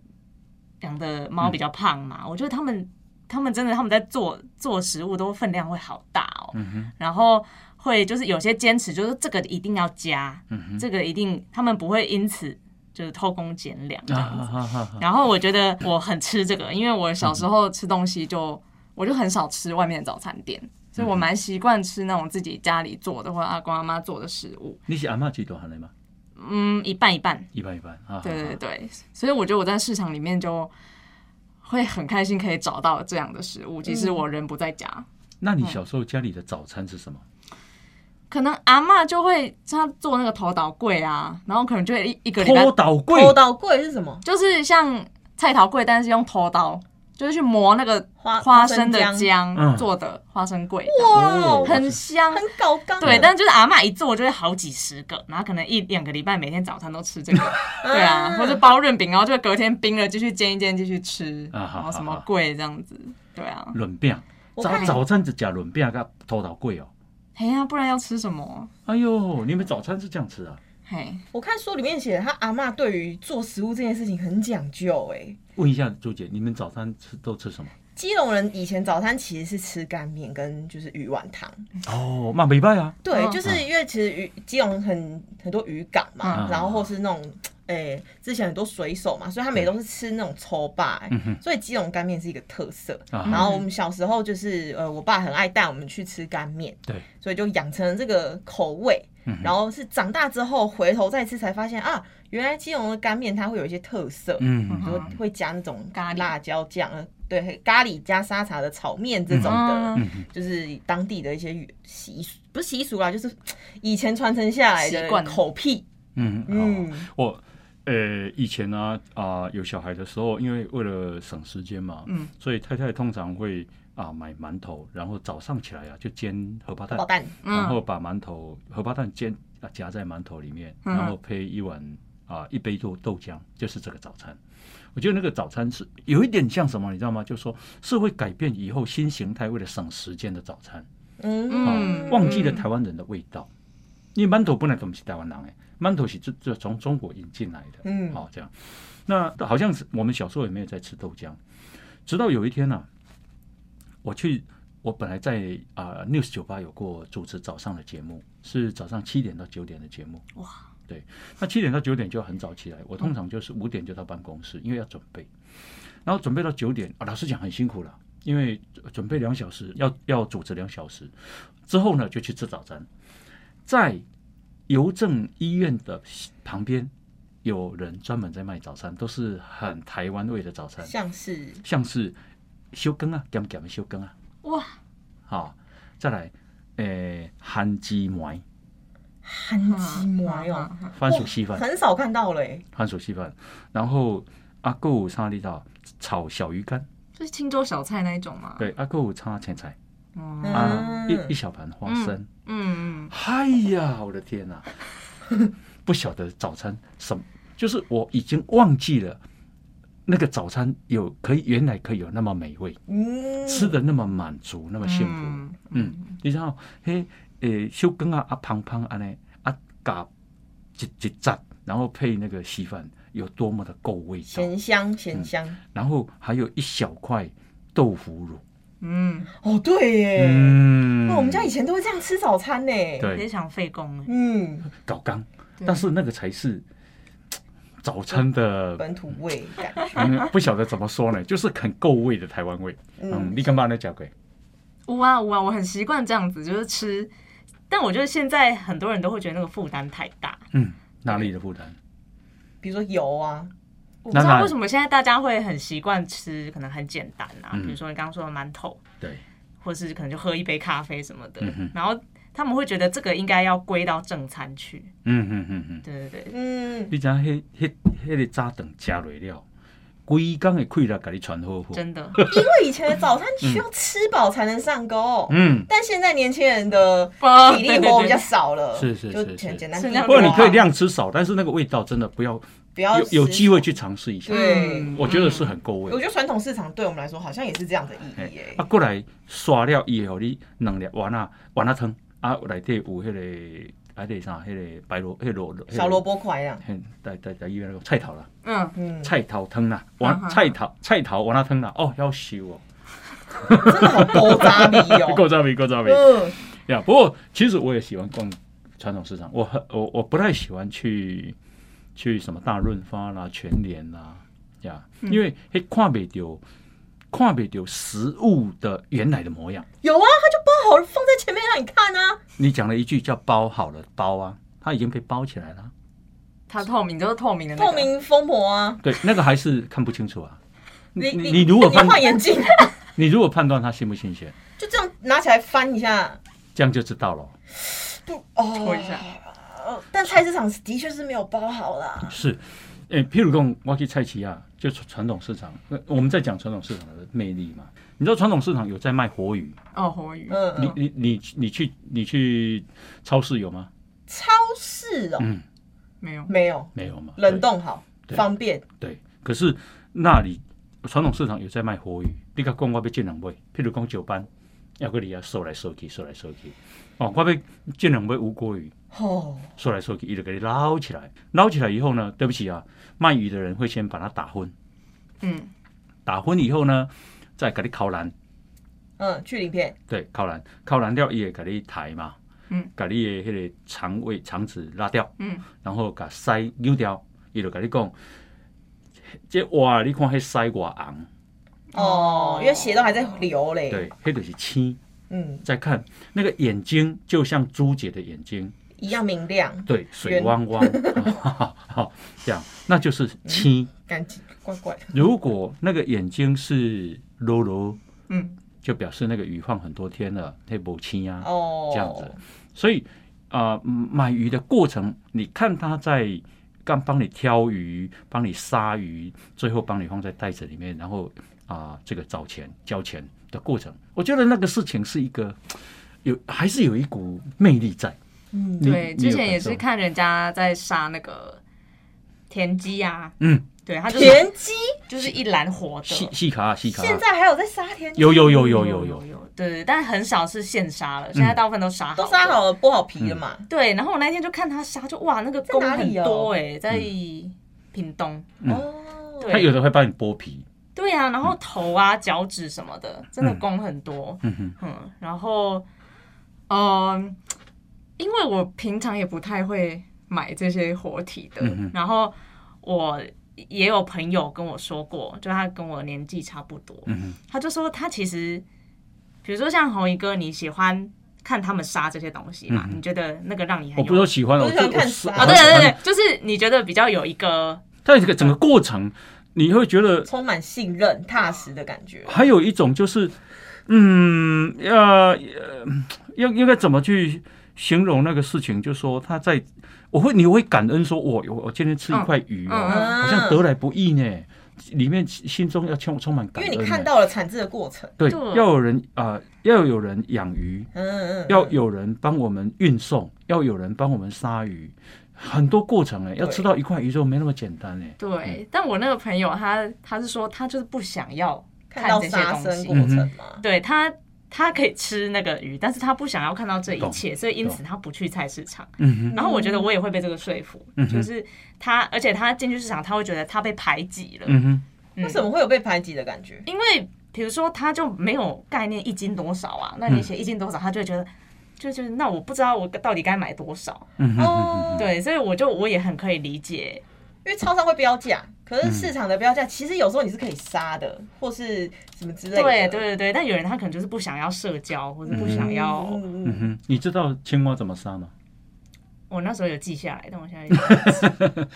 C: 养的猫比较胖嘛，我觉得他们他们真的他们在做做食物都分量会好大哦，
A: 嗯
C: 然后会就是有些坚持就是这个一定要加，这个一定他们不会因此就是偷工减料这
A: 啊
C: 样子，
A: 哈哈哈，
C: 然后我觉得我很吃这个，因为我小时候吃东西就我就很少吃外面的早餐店，所以我蛮习惯吃那种自己家里做的或者阿公阿妈做的食物。
A: 你是阿妈几多喊的吗？
C: 嗯，一半一半，
A: 一般一般啊，
C: 对对对。所以我觉得我在市场里面就会很开心可以找到这样的食物，即使我人不在家。
A: 那你小时候家里的早餐是什
B: 嗯
A: 么？
C: 可能阿嬷就会她做那个头岛柜啊，然后可能就会一一个礼拜
A: 拖岛柜
B: 偷到柜是什么？
C: 就是像菜桃柜，但是用头刀，就是去磨那个
B: 花
C: 花生的
B: 花生
C: 浆
A: 嗯
C: 做的花生柜，
A: 哦
B: 哇，
C: 很香
B: 很。高刚。啊
A: 嗯
C: 对，但就是阿嬷一做就会好几十个，然后可能一两个礼拜每天早餐都吃这个， 对啊，或者包润饼，然后就隔天冰了继续煎一煎继续吃，
A: 啊好
C: 然后什么
A: 好好
C: 贵这样子，对啊，
A: 轮饼，
B: 我
A: 早
B: 看
A: 早餐只加轮饼跟拖岛柜哦。
C: 嘿呀、不然要吃什么？
A: 哎呦，你们早餐是这样吃啊？
C: 嘿，
B: 我看书里面写的，他阿嬷对于做食物这件事情很讲究、欸。
A: 问一下朱姐，你们早餐吃都吃什么？
B: 基隆人以前早餐其实是吃干面跟就是鱼丸汤，
A: 哦，嘛没拜啊，
B: 对，
C: 嗯
B: 就是因为其实渔基隆很很多渔港嘛，
A: 嗯
B: 然后或是那种诶、之前很多水手嘛，所以他们也都是吃那种抽霸、欸所以基隆干面是一个特色。
A: 嗯啊哈
B: 然后我
C: 嗯
B: 们小时候就是呃，我爸很爱带我们去吃干面，
A: 对，
B: 所以就养成了这个口味。
C: 嗯
B: 然后是长大之后回头再吃才发现啊，原来基隆的干面它会有一些特色，
A: 嗯
B: 比如说会加那种
C: 咖喱
B: 辣椒酱，呃对，咖喱加沙茶的炒面这种的，
C: 嗯
B: 就是当地的一些习俗，不是习俗啦，就是以前传承下来的
C: 习惯哦
B: 口癖。
A: 嗯嗯，
B: 嗯，
A: 我呃以前呢啊、有小孩的时候，因为为了省时间嘛，
C: 嗯，
A: 所以太太通常会啊、买馒头，然后早上起来啊就煎荷包蛋
B: 爆，蛋，
A: 然
C: 嗯
A: 后把馒头荷包蛋煎啊夹在馒头里面，
C: 嗯
A: 然后配一碗啊、一杯豆豆浆，就是这个早餐。我觉得那个早餐是有一点像什么，你知道吗？就是说是会改变以后新形态，为了省时间的早餐。
B: 嗯，
C: 嗯，
A: 忘记了台湾人的味道。因为馒头本来都不是台湾人哎，馒头是这这从中国引进来的，
B: 嗯
A: 好、这样。那好像是我们小时候也没有在吃豆浆，直到有一天呢、啊，我去我本来在啊、News 酒吧有过主持早上的节目，是早上七点到九点的节目。
C: 哇，
A: 对，那七点到九点就要很早起来，我通常就是五点就到办公室，因为要准备，然后准备到九点啊，老实讲很辛苦了，因为准备两小时，要要主持两小时，之后呢就去吃早餐，在邮政医院的旁边有人专门在卖早餐，都是很台湾味的早餐。
B: 像是
A: 像是修更啊，咸咸的修更啊，
C: 哇，
A: 好、再来，诶、韩鸡梅
B: 韩鸡麻哦，
C: 嗯，嗯嗯
A: 番薯稀饭，
B: 很少看到嘞。
A: 番薯稀饭，然后啊阿有沙利道炒小鱼干，
C: 就是青州小菜那一种嘛。
A: 对，啊阿有炒前菜
C: 哦，
B: 嗯
A: 啊，
B: 嗯
A: 一一小盘花生，
C: 嗯嗯，
A: 嗨呀，我的天哪、 不晓得早餐什么，就是我已经忘记了。那个早餐有可以原来可以有那么美味，
B: 嗯，
A: 吃的那么满足，那么幸福。
C: 嗯
A: 嗯，你知道，迄诶小羹啊啊胖胖安尼啊加一一扎，然后配那个稀饭，有多么的够味道。
B: 咸
A: 嗯
B: 香咸香。
A: 然后还有一小块豆腐乳。
C: 嗯，
B: 哦，对耶，哦
A: 嗯
B: 那我们家以前都会这样吃早餐呢。
C: 有点
A: 对
C: 想费工哎。
B: 嗯，
A: 搞刚，
C: 对
A: 但是那个才是嘖早餐的，
B: 本土味感觉。
A: 嗯 不晓得怎么说呢，就是很够味的台湾味。嗯，
B: 嗯，
A: 你干嘛呢，小鬼？
C: 有啊有啊，我很习惯这样子，就是吃。但我觉得现在很多人都会觉得那个负担太大，
A: 嗯，哪里的负担？
B: 比如说油啊，
C: 我不
A: 那
C: 知道
A: 那
C: 为什么现在大家会很习惯吃，可能很简单啊，
A: 嗯
C: 比如说你刚刚说的馒头，
A: 对，
C: 或是可能就喝一杯咖啡什么的，
A: 嗯哼
C: 然后他们会觉得这个应该要归到正餐去，
A: 嗯嗯嗯嗯，
C: 对对对，
B: 嗯，
A: 你知影迄迄迄个早顿食落了，规工的气力给你传好好。
C: 真 的
B: 因为以前的早餐需要吃饱才能上钩。
A: 嗯。啊
B: 但现在年轻人的
C: 哦
B: 体
C: 对
B: 力
C: 对
B: 活
C: 对
B: 比较少了，
A: 是是
B: 就是简
A: 是
B: 简单
C: 是
B: 地
C: 那
B: 多
A: 或
B: 啊。
A: 者你可以量吃少，但是那个味道真的不要
B: 不要
A: 有有
B: 吃
A: 机会去尝试一下，
B: 对，
C: 嗯
A: 我觉得是很够
B: 我觉
A: 味。
B: 得传统市场对我们来说好像也是这样的意
A: 哎
B: 义耶
A: 啊，。过来刷了以后，你两粒丸啊丸啊汤啊，内底有迄个啊，迄个啥，迄个白萝，迄个萝
B: 小萝，卜块啊，
A: 嘿，在在在医院那个菜头啦，
C: 嗯，
B: 嗯，
A: 菜头汤啦，
C: 嗯
A: 丸
C: 嗯
A: 菜头菜头丸啊汤啦，哦，要修哦，
B: 真的好多渣米 哦。
A: 够赞美够赞美
B: 嗯，
A: 呀。不过其实我也喜欢逛传统市场，我很我我不太喜欢去去什么大润发啦、全联啦呀，
C: 嗯
A: 因为嘿看不到看不到食物的原来的模样。
B: 有啊，它就包好了放在前面让你看啊。
A: 你讲了一句叫“包好了包”啊，它已经被包起来了。
C: 它透明就是透明的、那个
B: 透，明封膜啊，
A: 对，那个还是看不清楚啊。
B: 你
A: 你
B: 你
A: 如果
B: 你
A: 判
B: 换 眼镜，
A: 你如果判断它新不新鲜，
B: 就这样拿起来翻一下，
A: 这样就知道了。
B: 不哦，
C: 戳一下
B: 哦。但菜市场的确是没有包好啦。
A: 是，诶，譬如讲，我去菜奇亚，就传统市场，呃我们在讲传统市场的魅力嘛。你知道传统市场有在卖活鱼，
C: 哦，活鱼，
B: 嗯，
A: 你
B: 嗯
A: 你你你去你去超市有吗？
B: 超市哦，
A: 嗯，
C: 没有，
B: 没有，
A: 没有嘛。
B: 冷冻好，
A: 对
B: 方便。
A: 对。对，可是那里传统市场有在卖活鱼，你甲讲我要进两尾，譬如讲九班，要个你啊收来收去，收来收去。哦，我要进两尾无锅鱼，
B: 哦，
A: 收来收去，伊就给你捞起来，捞起来以后呢，对不起啊，卖鱼的人会先把它打昏，
C: 嗯，
A: 打昏以后呢，再给你烤蓝。
B: 嗯，去鳞片，
A: 对，烤蓝，烤蓝掉伊会甲你抬嘛，
C: 嗯，
A: 甲你的迄个肠胃肠子拉掉，
C: 嗯，
A: 然后甲腮扭掉，伊就甲你讲，这哇，你看迄腮偌红，
B: 哦，因为血都还在流嘞。
A: 对，迄就是青。
B: 嗯，
A: 再看那个眼睛，就像朱姐的眼睛，
B: 一样明亮，
A: 对，水汪汪，好、好这样，那就是青。
B: 感觉怪怪的。
A: 如果那个眼睛是柔柔，
C: 嗯，
A: 就表示那个鱼放很多天了，那不青啊。
B: 哦，
A: 这样子。所以啊、呃买鱼的过程，你看他在干帮你挑鱼，帮你杀鱼，最后帮你放在袋子里面，然后啊、这个找钱交钱的过程，我觉得那个事情是一个有还是有一股魅力在。
B: 嗯
A: 你
C: 对，
A: 你
C: 之
A: 有
C: 前
A: 感
C: 也
A: 受
C: 是看人家在杀那个田鸡啊，
A: 嗯，
C: 对，它就是
B: 田鸡
C: 就是一篮活
A: 细
C: 的，
A: 细卡啊细卡啊
B: 现，在还有在杀田鸡，
A: 有有有有有有嗯
C: 有，有，对对，但很少是现杀了，现在大部分都杀好，
B: 都杀。好了剥好皮了嘛？
C: 对，然后我那天就看他杀，就哇，那个弓
B: 在哪
C: 很欸
B: 里哦
C: 多哎、在屏东，
A: 嗯
B: 哦，
C: 对
A: 他有的会帮你剥皮，
C: 对啊，然后头啊、脚趾什么的，真的功很多。
A: 嗯哼，
C: 嗯，然后，嗯，因为我平常也不太会买这些活体的，
A: 嗯哼
C: 然后我也有朋友跟我说过，就他跟我年纪差不多，
A: 嗯哼
C: 他就说他其实，比如说像红一哥，你喜欢看他们杀这些东西嘛？
A: 嗯哼
C: 你觉得那个让你
A: 我
C: 很
A: 不是说
C: 有。
A: 喜欢，
B: 我
A: 我
B: 喜欢
A: 就
B: 看
A: 我啊是
B: 杀
C: 哦，对对对，对，就是你觉得比较有一个，
A: 但这个整个过程，你会觉得
B: 充满信任、踏实的感觉。
A: 还有一种就是，嗯，要呃，应应该怎么去形容那个事情？就说他在，我会你会感恩说，我我我今天吃一块鱼
C: 嗯
A: 哦，
B: 嗯
A: 好像得来不易呢，里面心中要充充满
B: 因
A: 感
B: 为
A: 恩
B: 你
A: 呢。
B: 看到了产制的过程，
A: 对，
C: 对
A: 要有人啊、呃要有人养鱼，
B: 嗯嗯，嗯
A: 要有人帮我们运送，要有人帮我们杀鱼，很多过程欸呢。要吃到一块鱼肉没那么简单欸呢。
C: 对。但我那个朋友他他是说他就是不想要
B: 看到
C: 这些
B: 杀
C: 东
B: 生
C: 西
B: 过
A: 嗯
B: 程嘛，
C: 对他，他可以吃那个鱼，但是他不想要看到这一
A: 懂
C: 切，所以因此他不去菜市场。
A: 嗯哼，
C: 然后我觉得我也会被这个说服，
A: 嗯
C: 就是他，而且他进去市场，他会觉得他被排挤了，
A: 嗯哼，
C: 嗯
B: 为什么会有被排挤的感觉？
C: 因为比如说他就没有概念一斤多少啊，
A: 嗯
C: 那你写一斤多少，他就会觉得。就就是那我不知道我到底该买多少，
A: 嗯哼，
B: 哦，
C: 对，所以我就我也很可以理解，
B: 因为超商会标价，可
A: 嗯
B: 是市场的标价其实有时候你是可以杀的，或是什么之类的。
C: 对对对对，但有人他可能就是不想要社交，或者不想要，
B: 嗯
A: 嗯哼，你知道青蛙怎么杀吗？
C: 我那时候有记下来，但我现在 有点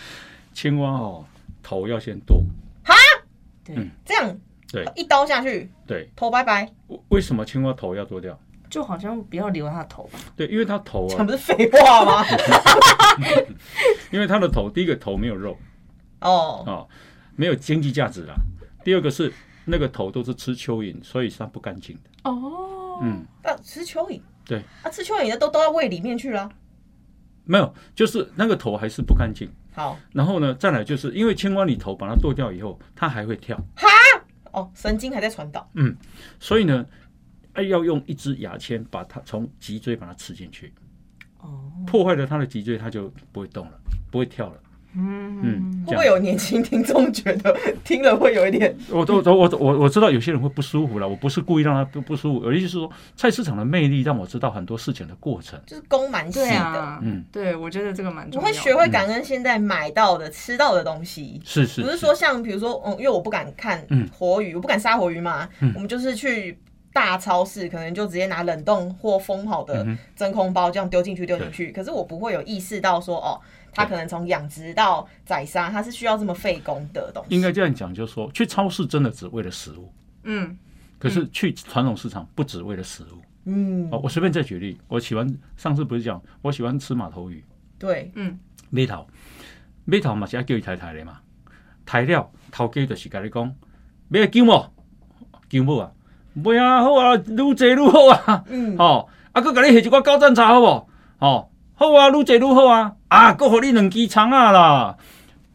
A: 青蛙哦，头要先剁。嗯
C: 对，
B: 这样
A: 对
B: 一刀下去，
A: 对，
B: 头拜拜，
A: 为为什么青蛙头要剁掉？
C: 就好像不要留他的头吧，
A: 对，因为它头
B: 这
A: 啊
B: 样，不是废 话吗？
A: 因为它的头，第一个头没有肉啊、
B: 哦，
A: 哦，没有经济价值啦。第二个是那个头都是吃蚯蚓，所以是它不干净的。
C: 哦，
A: 嗯，
B: 那吃蚯蚓，
A: 对，
B: 啊，吃蚯蚓的都都到胃里面去了。
A: 没有，就是那个头还是不干净。
B: 好，
A: 然后呢，再来就是因为青蛙你头把它剁掉以后，它还会跳，
B: 哦，神经还在传导，
A: 所以呢，哎要用一只牙签把它从脊椎把它吃进去，
C: 哦，
A: 破坏了它的脊椎，它就不会动了，不会跳了。嗯
C: 嗯，
B: 会不会有年轻听众觉得听了会有一点？
A: 我都我我我我知道有些人会不舒服了，我不是故意让他不不舒服，而是说菜市场的魅力让我知道很多事情的过程。
B: 就是弓蛮细
C: 对
B: 的。
C: 啊，
A: 嗯，
C: 对，我觉得这个蛮
B: 我
C: 重要
B: 会
C: 的。
B: 学会感恩现在买到的、吃到的东西，
A: 是嗯是，
B: 不是说像比如说，嗯，因为我不敢看
A: 嗯
B: 活鱼，我不敢杀活鱼嘛，我们就是去大超市，可能就直接拿冷冻或封好的
A: 嗯
B: 真空包这样丢进去丢进去。可是我不会有意识到说，哦，它
A: 对
B: 可能从养殖到宰杀，它是需要这么费工的东西。
A: 应该这样讲，就是说去超市真的只为了食物，
C: 嗯，
A: 可是去传统市场不只为了食物。
B: 嗯，
A: 哦，我随便再举例，我喜欢上次不是讲我喜欢吃马头鱼，
B: 对，
C: 嗯
A: 码头，码头嘛是要叫伊抬抬的嘛，抬了头家就是甲你讲，买姜无，姜母啊，买啊好啊，愈济愈好啊。
B: 嗯，
A: 哦，啊，佫甲你下一寡高赞茶好无？哦，好啊，愈侪愈好啊！啊，佫互你两支葱啊啦！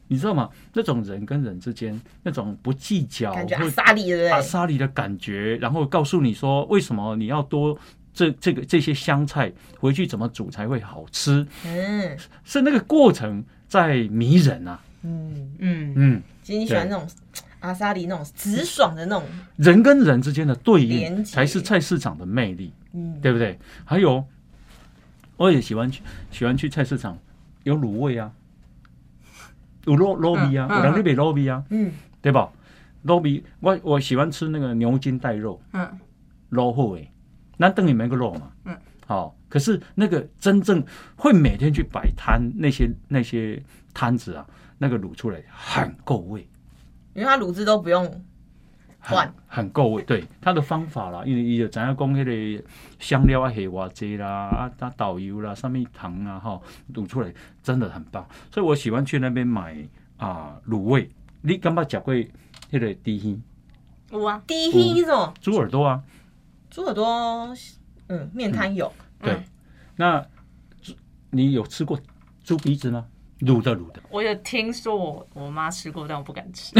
A: 你知道吗？那种人跟人之间那种不计较，
B: 感觉
A: 啊会啊
B: 阿萨欸利对不
A: 阿
B: 对？
A: 萨里的感觉，然后告诉你说为什么你要多这这个这些香菜回去怎么煮才会好吃，
B: 嗯
A: 是那个过程在迷人啊！
B: 嗯，
C: 嗯，
A: 嗯，
B: 其实你喜欢那种阿萨利那种直爽的那种，
A: 人跟人之间的对
B: 连
A: 应
B: 结
A: 才是菜市场的魅力。
B: 嗯，
A: 对不对？还有，我也喜欢去喜欢去菜市场，有卤味啊，有肉肉米啊，
C: 嗯嗯
A: 有人那边肉米啊，
B: 嗯，
A: 对吧？肉米，我我喜欢吃那个牛筋带肉，
C: 嗯，
A: 肉厚诶，那等于没个肉嘛，
C: 嗯，
A: 好、可是那个真正会每天去摆摊那些那些摊子啊，那个卤出来很够味，
B: 因为它卤汁都不用
A: 很
B: 换
A: 很够味，对它的方法啦，因为伊就知影讲迄个香料啊、下偌济啦、啊、啊导游啦、上面糖啊，吼，卤出来真的很棒，所以我喜欢去那边买啊卤味。你敢捌食过迄个猪耳、
C: 有啊，
B: 第
A: 嗯
B: 一种。
A: 猪耳朵啊？
B: 猪耳朵，嗯，面 摊有，
A: 对，
C: 嗯
A: 那猪你有吃过猪鼻子吗？卤的卤的，
C: 我有听说我我妈吃过，但我不敢 吃，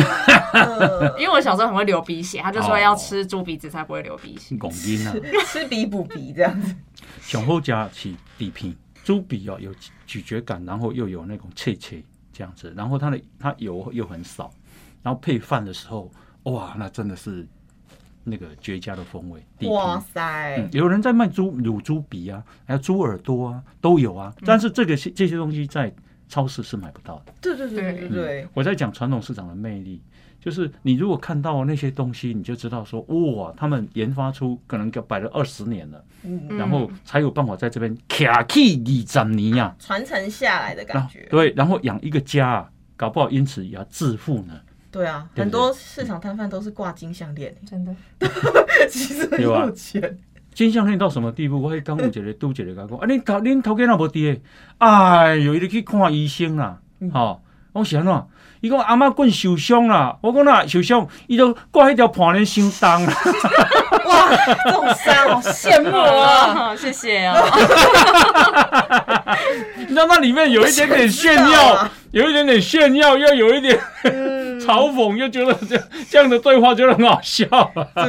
B: 呃
C: 因为我小时候很会流鼻血，她就
B: 哦
C: 说要吃猪鼻子才不会流鼻血。
A: 拱筋啊，
B: 吃鼻补鼻这样子。
A: 上好食是底片，猪鼻哦有咀嚼感，然后又有那种脆脆这样子，然后它的它油又很少，然后配饭的时候，哇，那真的是那个绝佳的风味。地皮
B: 哇塞，
A: 嗯，有人在卖猪乳猪鼻啊，还有猪耳朵啊，都有啊。但是这个些这些东西在超市是买不到的。
B: 对对对对对对，
A: 我在讲传统市场的魅力，就是你如果看到那些东西，你就知道说，哇，他们研发出可能摆了二十年了，
B: 嗯，
C: 嗯
A: 然后才有办法在这边卡起二十年呀、
B: 传承下来的
A: 然
B: 感
A: 后
B: 觉，
A: 哦对，然后养一个家、啊，搞不好因此也要致富呢，
B: 对啊，
A: 对不对
B: 很多市场摊贩都是挂金项 链，
C: 真的，
B: 其实很
A: 对啊吧
B: 有钱，
A: 金项链到什么地步？我还刚有一 个拄一个甲讲，啊，恁头恁头家若无伫诶，哎哟，伊就去看医生啦，
B: 嗯
A: 吼、我是安怎？伊讲阿妈棍受伤啦，我讲哪受伤？伊就挂迄条破链伤重 啦。
B: 哇，这种伤好羡慕啊！
C: 哇，谢谢哦，
A: 你知道那里面有一点点炫
B: 我想知道
A: 耀
B: 啊，嗯
A: 有一点点炫耀，又有一点 嘲讽，又觉得这样这样的对话觉得很好笑啊。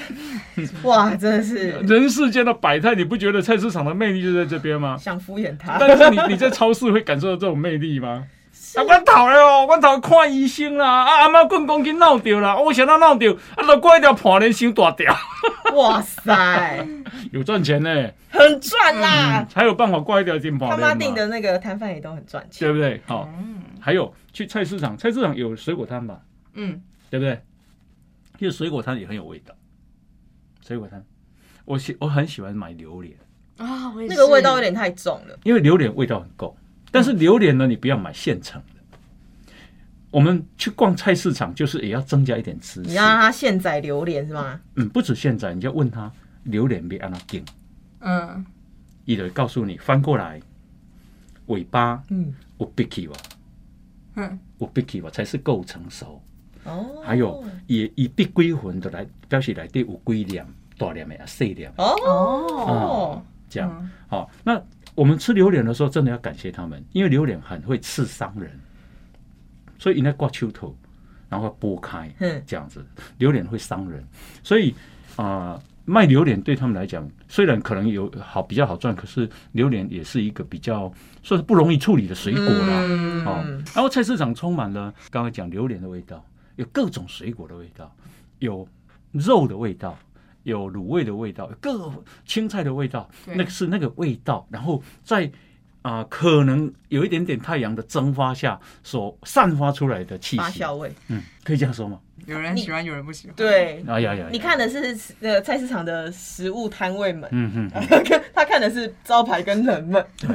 B: 哇，真的是
A: 人世间的百态，你不觉得菜市场的魅力就在这边 吗？
B: 想敷衍他，
A: 但是你你在超市会感受到这种魅力吗？啊，我头了哦，我头看医生啦，啊阿妈棍公去闹掉啦，啊我想到闹掉，啊，就挂一条破链伤大条，
B: 哇塞，
A: 有赚钱呢，
B: 很赚啦！
A: 嗯才有办法挂一条金破
B: 啊他
A: 链嘛
B: 妈定的那个摊贩也都很赚钱，
A: 对不对？
B: 哦
A: 好，
C: 嗯
A: 还有去菜市场，菜市场有水果摊吧，
C: 嗯，
A: 对不对？其实水果摊也很有味道，水果摊，我喜我很喜欢买榴莲，
C: 啊，我也是
B: 那个味道有点太重了，
A: 因为榴莲味道很够，但是榴莲呢，你不要买现成的。我们去逛菜市场，就是也要增加一点知
B: 你
A: 识。
B: 让他现宰榴莲是吗？
A: 嗯，不止现在，你就问他榴莲被安那定，
C: 嗯，
A: 伊就会告诉你翻过来，尾巴
B: 嗯，
A: 有 b i k y 吧，
C: 嗯，
A: 有 b i k y 吧才是够成熟。
B: 哦，
A: 还有伊伊必归魂的来表示来底有几粒大粒的啊，细粒的
B: 哦
C: 哦，
A: 这样。
C: 嗯
A: 好、那我们吃榴莲的时候，真的要感谢他们，因为榴莲很会刺伤人，所以应该挂秋头，然后剥开
B: 嗯，
A: 这样子，榴莲会伤人，所以啊、呃卖榴莲对他们来讲，虽然可能有好比较好赚，可是榴莲也是一个比较算是不容易处理的水果啦。哦
B: 嗯，，
A: 然后菜市场充满了刚刚讲榴莲的味道，有各种水果的味道，有肉的味道，有卤味的味道，有各青菜的味道，
C: 对
A: 那个是那个味道，然后在。啊、可能有一点点太阳的蒸发下所散发出来的气
B: 发
A: 息，
B: 酵味，
A: 嗯，可以这样说吗？
C: 有人喜欢，有人不喜欢，，
B: 对，
A: 哎呀呀呀，
B: 你看的是呃菜市场的食物摊位们，
A: 嗯嗯，嗯
B: 他看的是招牌跟人们，。
A: 对。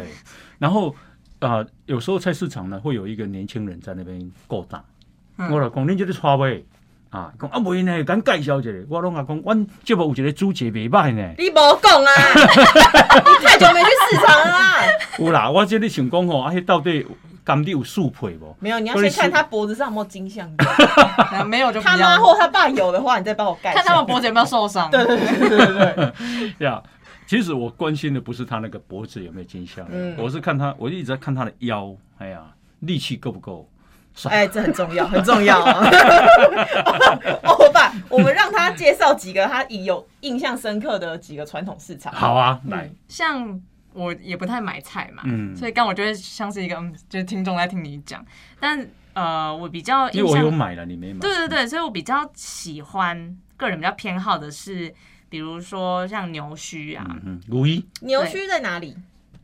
A: 然后啊、呃有时候菜市场呢，会有一个年轻人在那边勾搭。
C: 嗯
A: 我老公，恁这个菜卖啊，讲啊袂呢，敢介绍一个。我拢阿讲，阮这部有一个主角袂歹呢
B: 你冇讲啊，你太久没去市场了啦。
A: 有啦，我这里想讲吼，啊，迄到底甘地有速配无？
B: 没有，你要
A: 所以
B: 先
A: 是
B: 看他脖子上有没有 金项链，
C: 那没有就不
B: 他妈
C: 要，
B: 或他爸有的话，你再帮我盖
C: 看
B: 上。
C: 他们脖子有没有受伤，
B: 对对对对对对，
A: 对啊，其实我关心的不是他那个脖子有没有金项链，
B: 嗯
A: 我是看他，我一直在看他的腰，哎呀，力气够不够？
C: 嗯
B: 哎，这很重要，很重要啊！ 欧巴，我们让他介绍几个他已有印象深刻的几个传统市场。
A: 好啊，
C: 嗯
A: 来，
C: 像我也不太买菜嘛，
A: 嗯
C: 所以刚我就会像是一个，嗯就是听众在听你讲，但呃，我比较
A: 因
C: 印
A: 为我有
C: 象，
A: 买了，你没买。
C: 对对对，所以我比较喜欢，个人比较偏好的是，比如说像牛须啊，
A: 嗯嗯，五一，
B: 牛墟在哪里？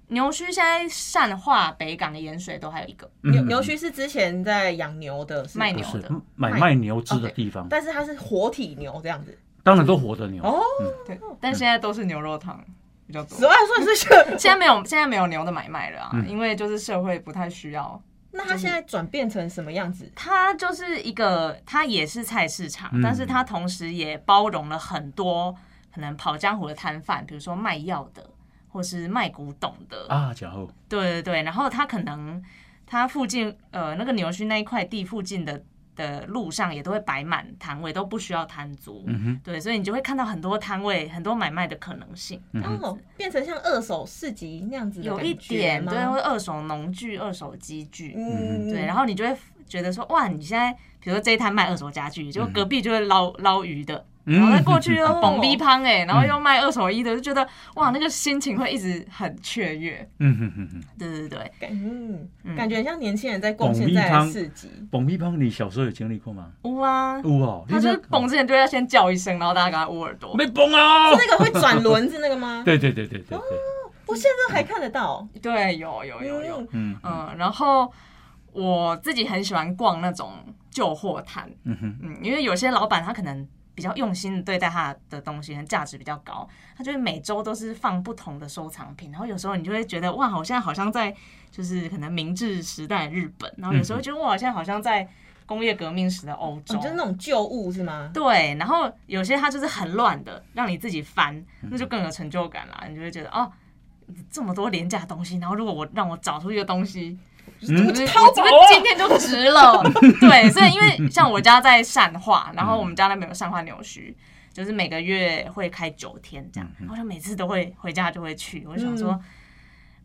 C: 牛须现在善化北港的盐水都还有一个
B: 牛
A: 嗯
B: 牛墟是之前在养牛的，是吗
C: 卖
A: 不
C: 牛
A: 是嗯
C: 的，
A: 买
C: 卖
A: 卖牛脂的地方，
B: 但是它是活体牛这样子。
A: 当然都活的牛。
B: 哦，
C: 对，但现在都是牛肉汤比较多
B: 十。二 岁是
C: 现在没有，现在没有牛的买卖了啊，
A: 嗯
C: 因为就是社会不太需要。
B: 那它现在转变成什么样子？
C: 它就是一个，它也是菜市场，
A: 嗯
C: 但是它同时也包容了很多可能跑江湖的摊贩，比如说卖药的，或是卖古董的，
A: 啊，然后
C: 对对对。然后它可能它附近呃那个牛墟那一块地附近的的路上也都会摆满摊位，都不需要摊租。
A: 嗯哼，
C: 对，所以你就会看到很多摊位，很多买卖的可能性，
A: 嗯
B: 哦，变成像二手市集那样子的
C: 有一
B: 感觉
C: 点
B: 吗
C: 对，会二手农具、二手机具，
B: 嗯，
C: 对，然后
A: 嗯
C: 你就会觉得说，哇，你现在比如说这一摊卖二手家具，就隔壁就会捞捞鱼的，然后再过 去又蹦逼胖哎，然后又卖二手衣的，就觉得哇，那个心情会一直很雀跃。
A: 嗯哼哼哼，
C: 对对对，
B: 感嗯，
C: 嗯
B: 感觉很像年轻人在逛
A: 懂
B: 现
A: 咪
B: 在的
A: 汤
B: 市集，
A: 蹦屁乓，你小时候有经历过吗？
C: 呜啊，
A: 有哦，
C: 他就是蹦之前对他先叫一声，然后大家给他捂耳朵。
A: 没蹦啊哦！
B: 那个会转轮子那个吗？
A: 对对对对
C: 哦
A: 对对，
B: 我现在还看得到，
C: 对，有有有有，
A: 嗯
C: 嗯，然后我自己很喜欢逛那种旧货摊，
A: 嗯哼，
C: 嗯，因为有些老板他可能比较用心地对待他的东西，可能价值比较高，他就会每周都是放不同的收藏品，然后有时候你就会觉得哇，我现在好像在就是可能明治时代的日本，然后有时候觉得哇，我现在好像在工业革命时的欧洲，
B: 哦就是那种旧物是吗？
C: 对，然后有些它就是很乱的，让你自己翻，
B: 嗯
C: 那就更有成就感啦。你就会觉得哦，这么多廉价东西，然后如果我让我找出一个东西，
A: 嗯
C: 我就是我这个今天就值 了。对，所以因为像我家在善化，然后我们家那边有善化扭须，就是每个月会开九天这样，
B: 嗯
C: 然后就每次都会回家就会去，我就想说，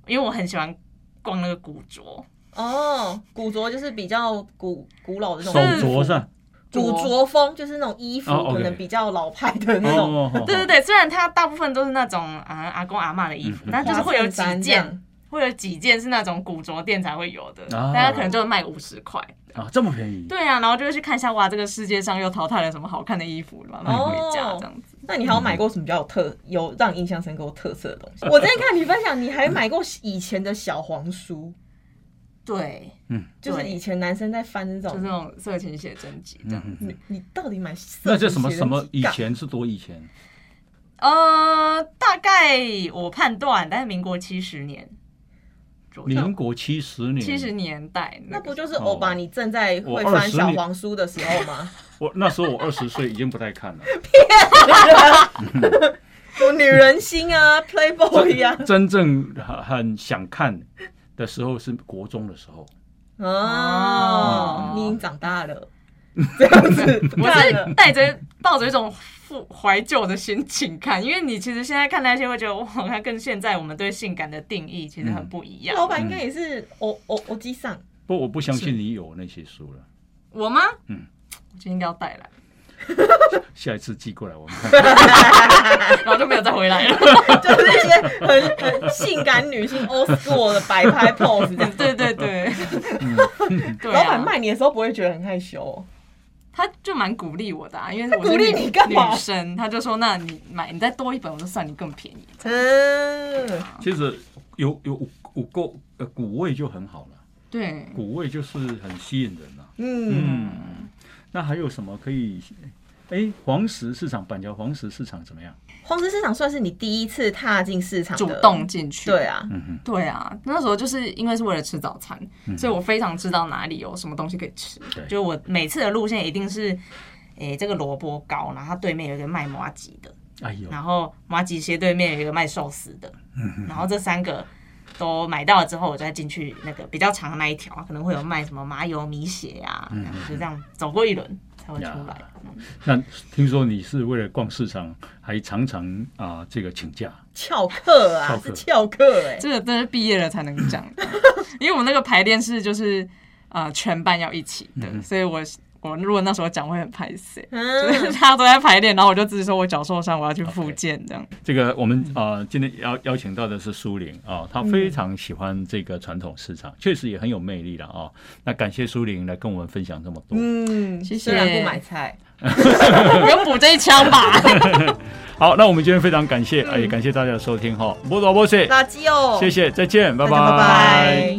C: 因为我很喜欢逛那个古着，
B: 哦，古着就是比较古古老的那
A: 手
B: 种
C: 是
A: 镯是吧？
B: 古着风，就是那种衣服
A: 哦，OK
B: 可能比较老派的那种
A: 哦，哦
C: 对对，对，虽然它大部分都是那种啊阿公阿嬷的衣服，但就是会有几
B: 嗯花衬衫这
C: 件
B: 样。
C: 会有几件是那种古着店才会有的，
A: 啊
C: 大家可能就会卖五十块。
A: 哦啊，这么便宜？
C: 对啊，然后就会去看一下，哇，这个世界上又淘汰了什么好看的衣服了，买回
B: 哦
C: 家这样子。
B: 那你还有买过什么比较有特有让你印象深刻特色的 东西？我之前看你分享，你还买过以前的小黄 书，
C: 对，
B: 就是以前男生在翻那
C: 就是那
B: 种。
C: 种色情写真集这样。
A: 嗯
B: 你你到底买色
A: 那这什么
B: 情写
A: 什
B: 真
A: 么？
B: 集
A: 以
B: 干
A: 前是多以前？
C: 呃，大概我判断，大概民国七十年左
A: 民
C: 右，
A: 国七十年，
C: 七十年代
B: 那
C: 个
B: 不
A: 哦
B: 就是欧巴你正在会
A: 我
B: 翻
A: 20
B: 小黄书的时候吗？
A: 我那时候我二十岁，已经不太看 了。
B: 什么女人心 啊，Playboy 啊，
A: 真正很很想看的时候是国中的时候，
B: 哦
C: 哦，
B: 你已经长大 了，这样子不
C: 我
B: 看
C: 是
B: 了。
C: 带着抱着一种复怀旧的心情看，因为你其实现在看那些会觉得哇，它跟现在我们对性感的定义其实很不一样。
B: 老板应该也是我我我机上，
A: 不，我不相信你有那些书了。
C: 我吗？
A: 嗯
C: 嗯，我就应该要带来，
A: 下一次寄过来我们 看。
C: 然后就没有再回 来了。
B: 就是一些很很性感女性 old school 的摆拍 pose 这样。
C: 对对对，
A: 嗯
C: 对、
B: 老
C: 啊，
B: 板卖你的时候不会觉得很害羞哦，
C: 他就蛮鼓励我的、啊，因为我是
B: 鼓励你干嘛
C: 女生，他就说：“那你买，你再多一本，我就算你更便宜。
B: 嗯，
A: 其实有有五五够呃古味就很好了，”
C: 对，
A: 古味就是很吸引人啊。
B: 嗯，
A: 嗯，那还有什么可以？哎，黄石市场板桥黄石市场怎么样？
B: 黄石市场算是你第一次踏进市场的
C: 主动，进去。
B: 对啊，
A: 嗯哼，
C: 对啊，那时候就是因为是为了吃早餐，所以我非常知道哪里有什么东西可以吃
A: 嗯对。
C: 就我每次的路线一定是，诶、这个萝卜糕，然后它对面有一个卖麻吉的，
A: 哎呦，嗯
C: 然后麻吉斜对面有一个卖寿司的，然后这三个都买到了之后，我再进去那个比较长的那一条，可能会有卖什么麻油米血啊，然后就这样走过一轮才会出来。
A: 嗯呀那听说你是为了逛市场，还常常啊、这个请假，
B: 翘课啊
A: 翘，课
B: 是翘课 哎，
C: 这个真的是毕业了才能讲，因为我们那个排练是就是呃全班要一起的，所以我我如果那时候讲会很排斥。就是
B: 嗯，
C: 大家都在排练，然后我就自己说我脚受伤，我要去复健这样。
A: 这个我们啊、呃今天邀邀请到的是苏玲啊，她非常喜欢这个传统市场，确实也很有魅力了啊。那感谢苏玲来跟我们分享这么多。
B: 嗯，
C: 谢谢
B: 虽然不买菜，
C: 有补这一枪吧？
A: 好，那我们今天非常感谢，哎也感谢大家的收听哈，波多波谢，
B: 垃圾哦，
A: 谢谢，再见，
B: 大
A: 拜
B: 家
A: 拜，
B: 拜拜。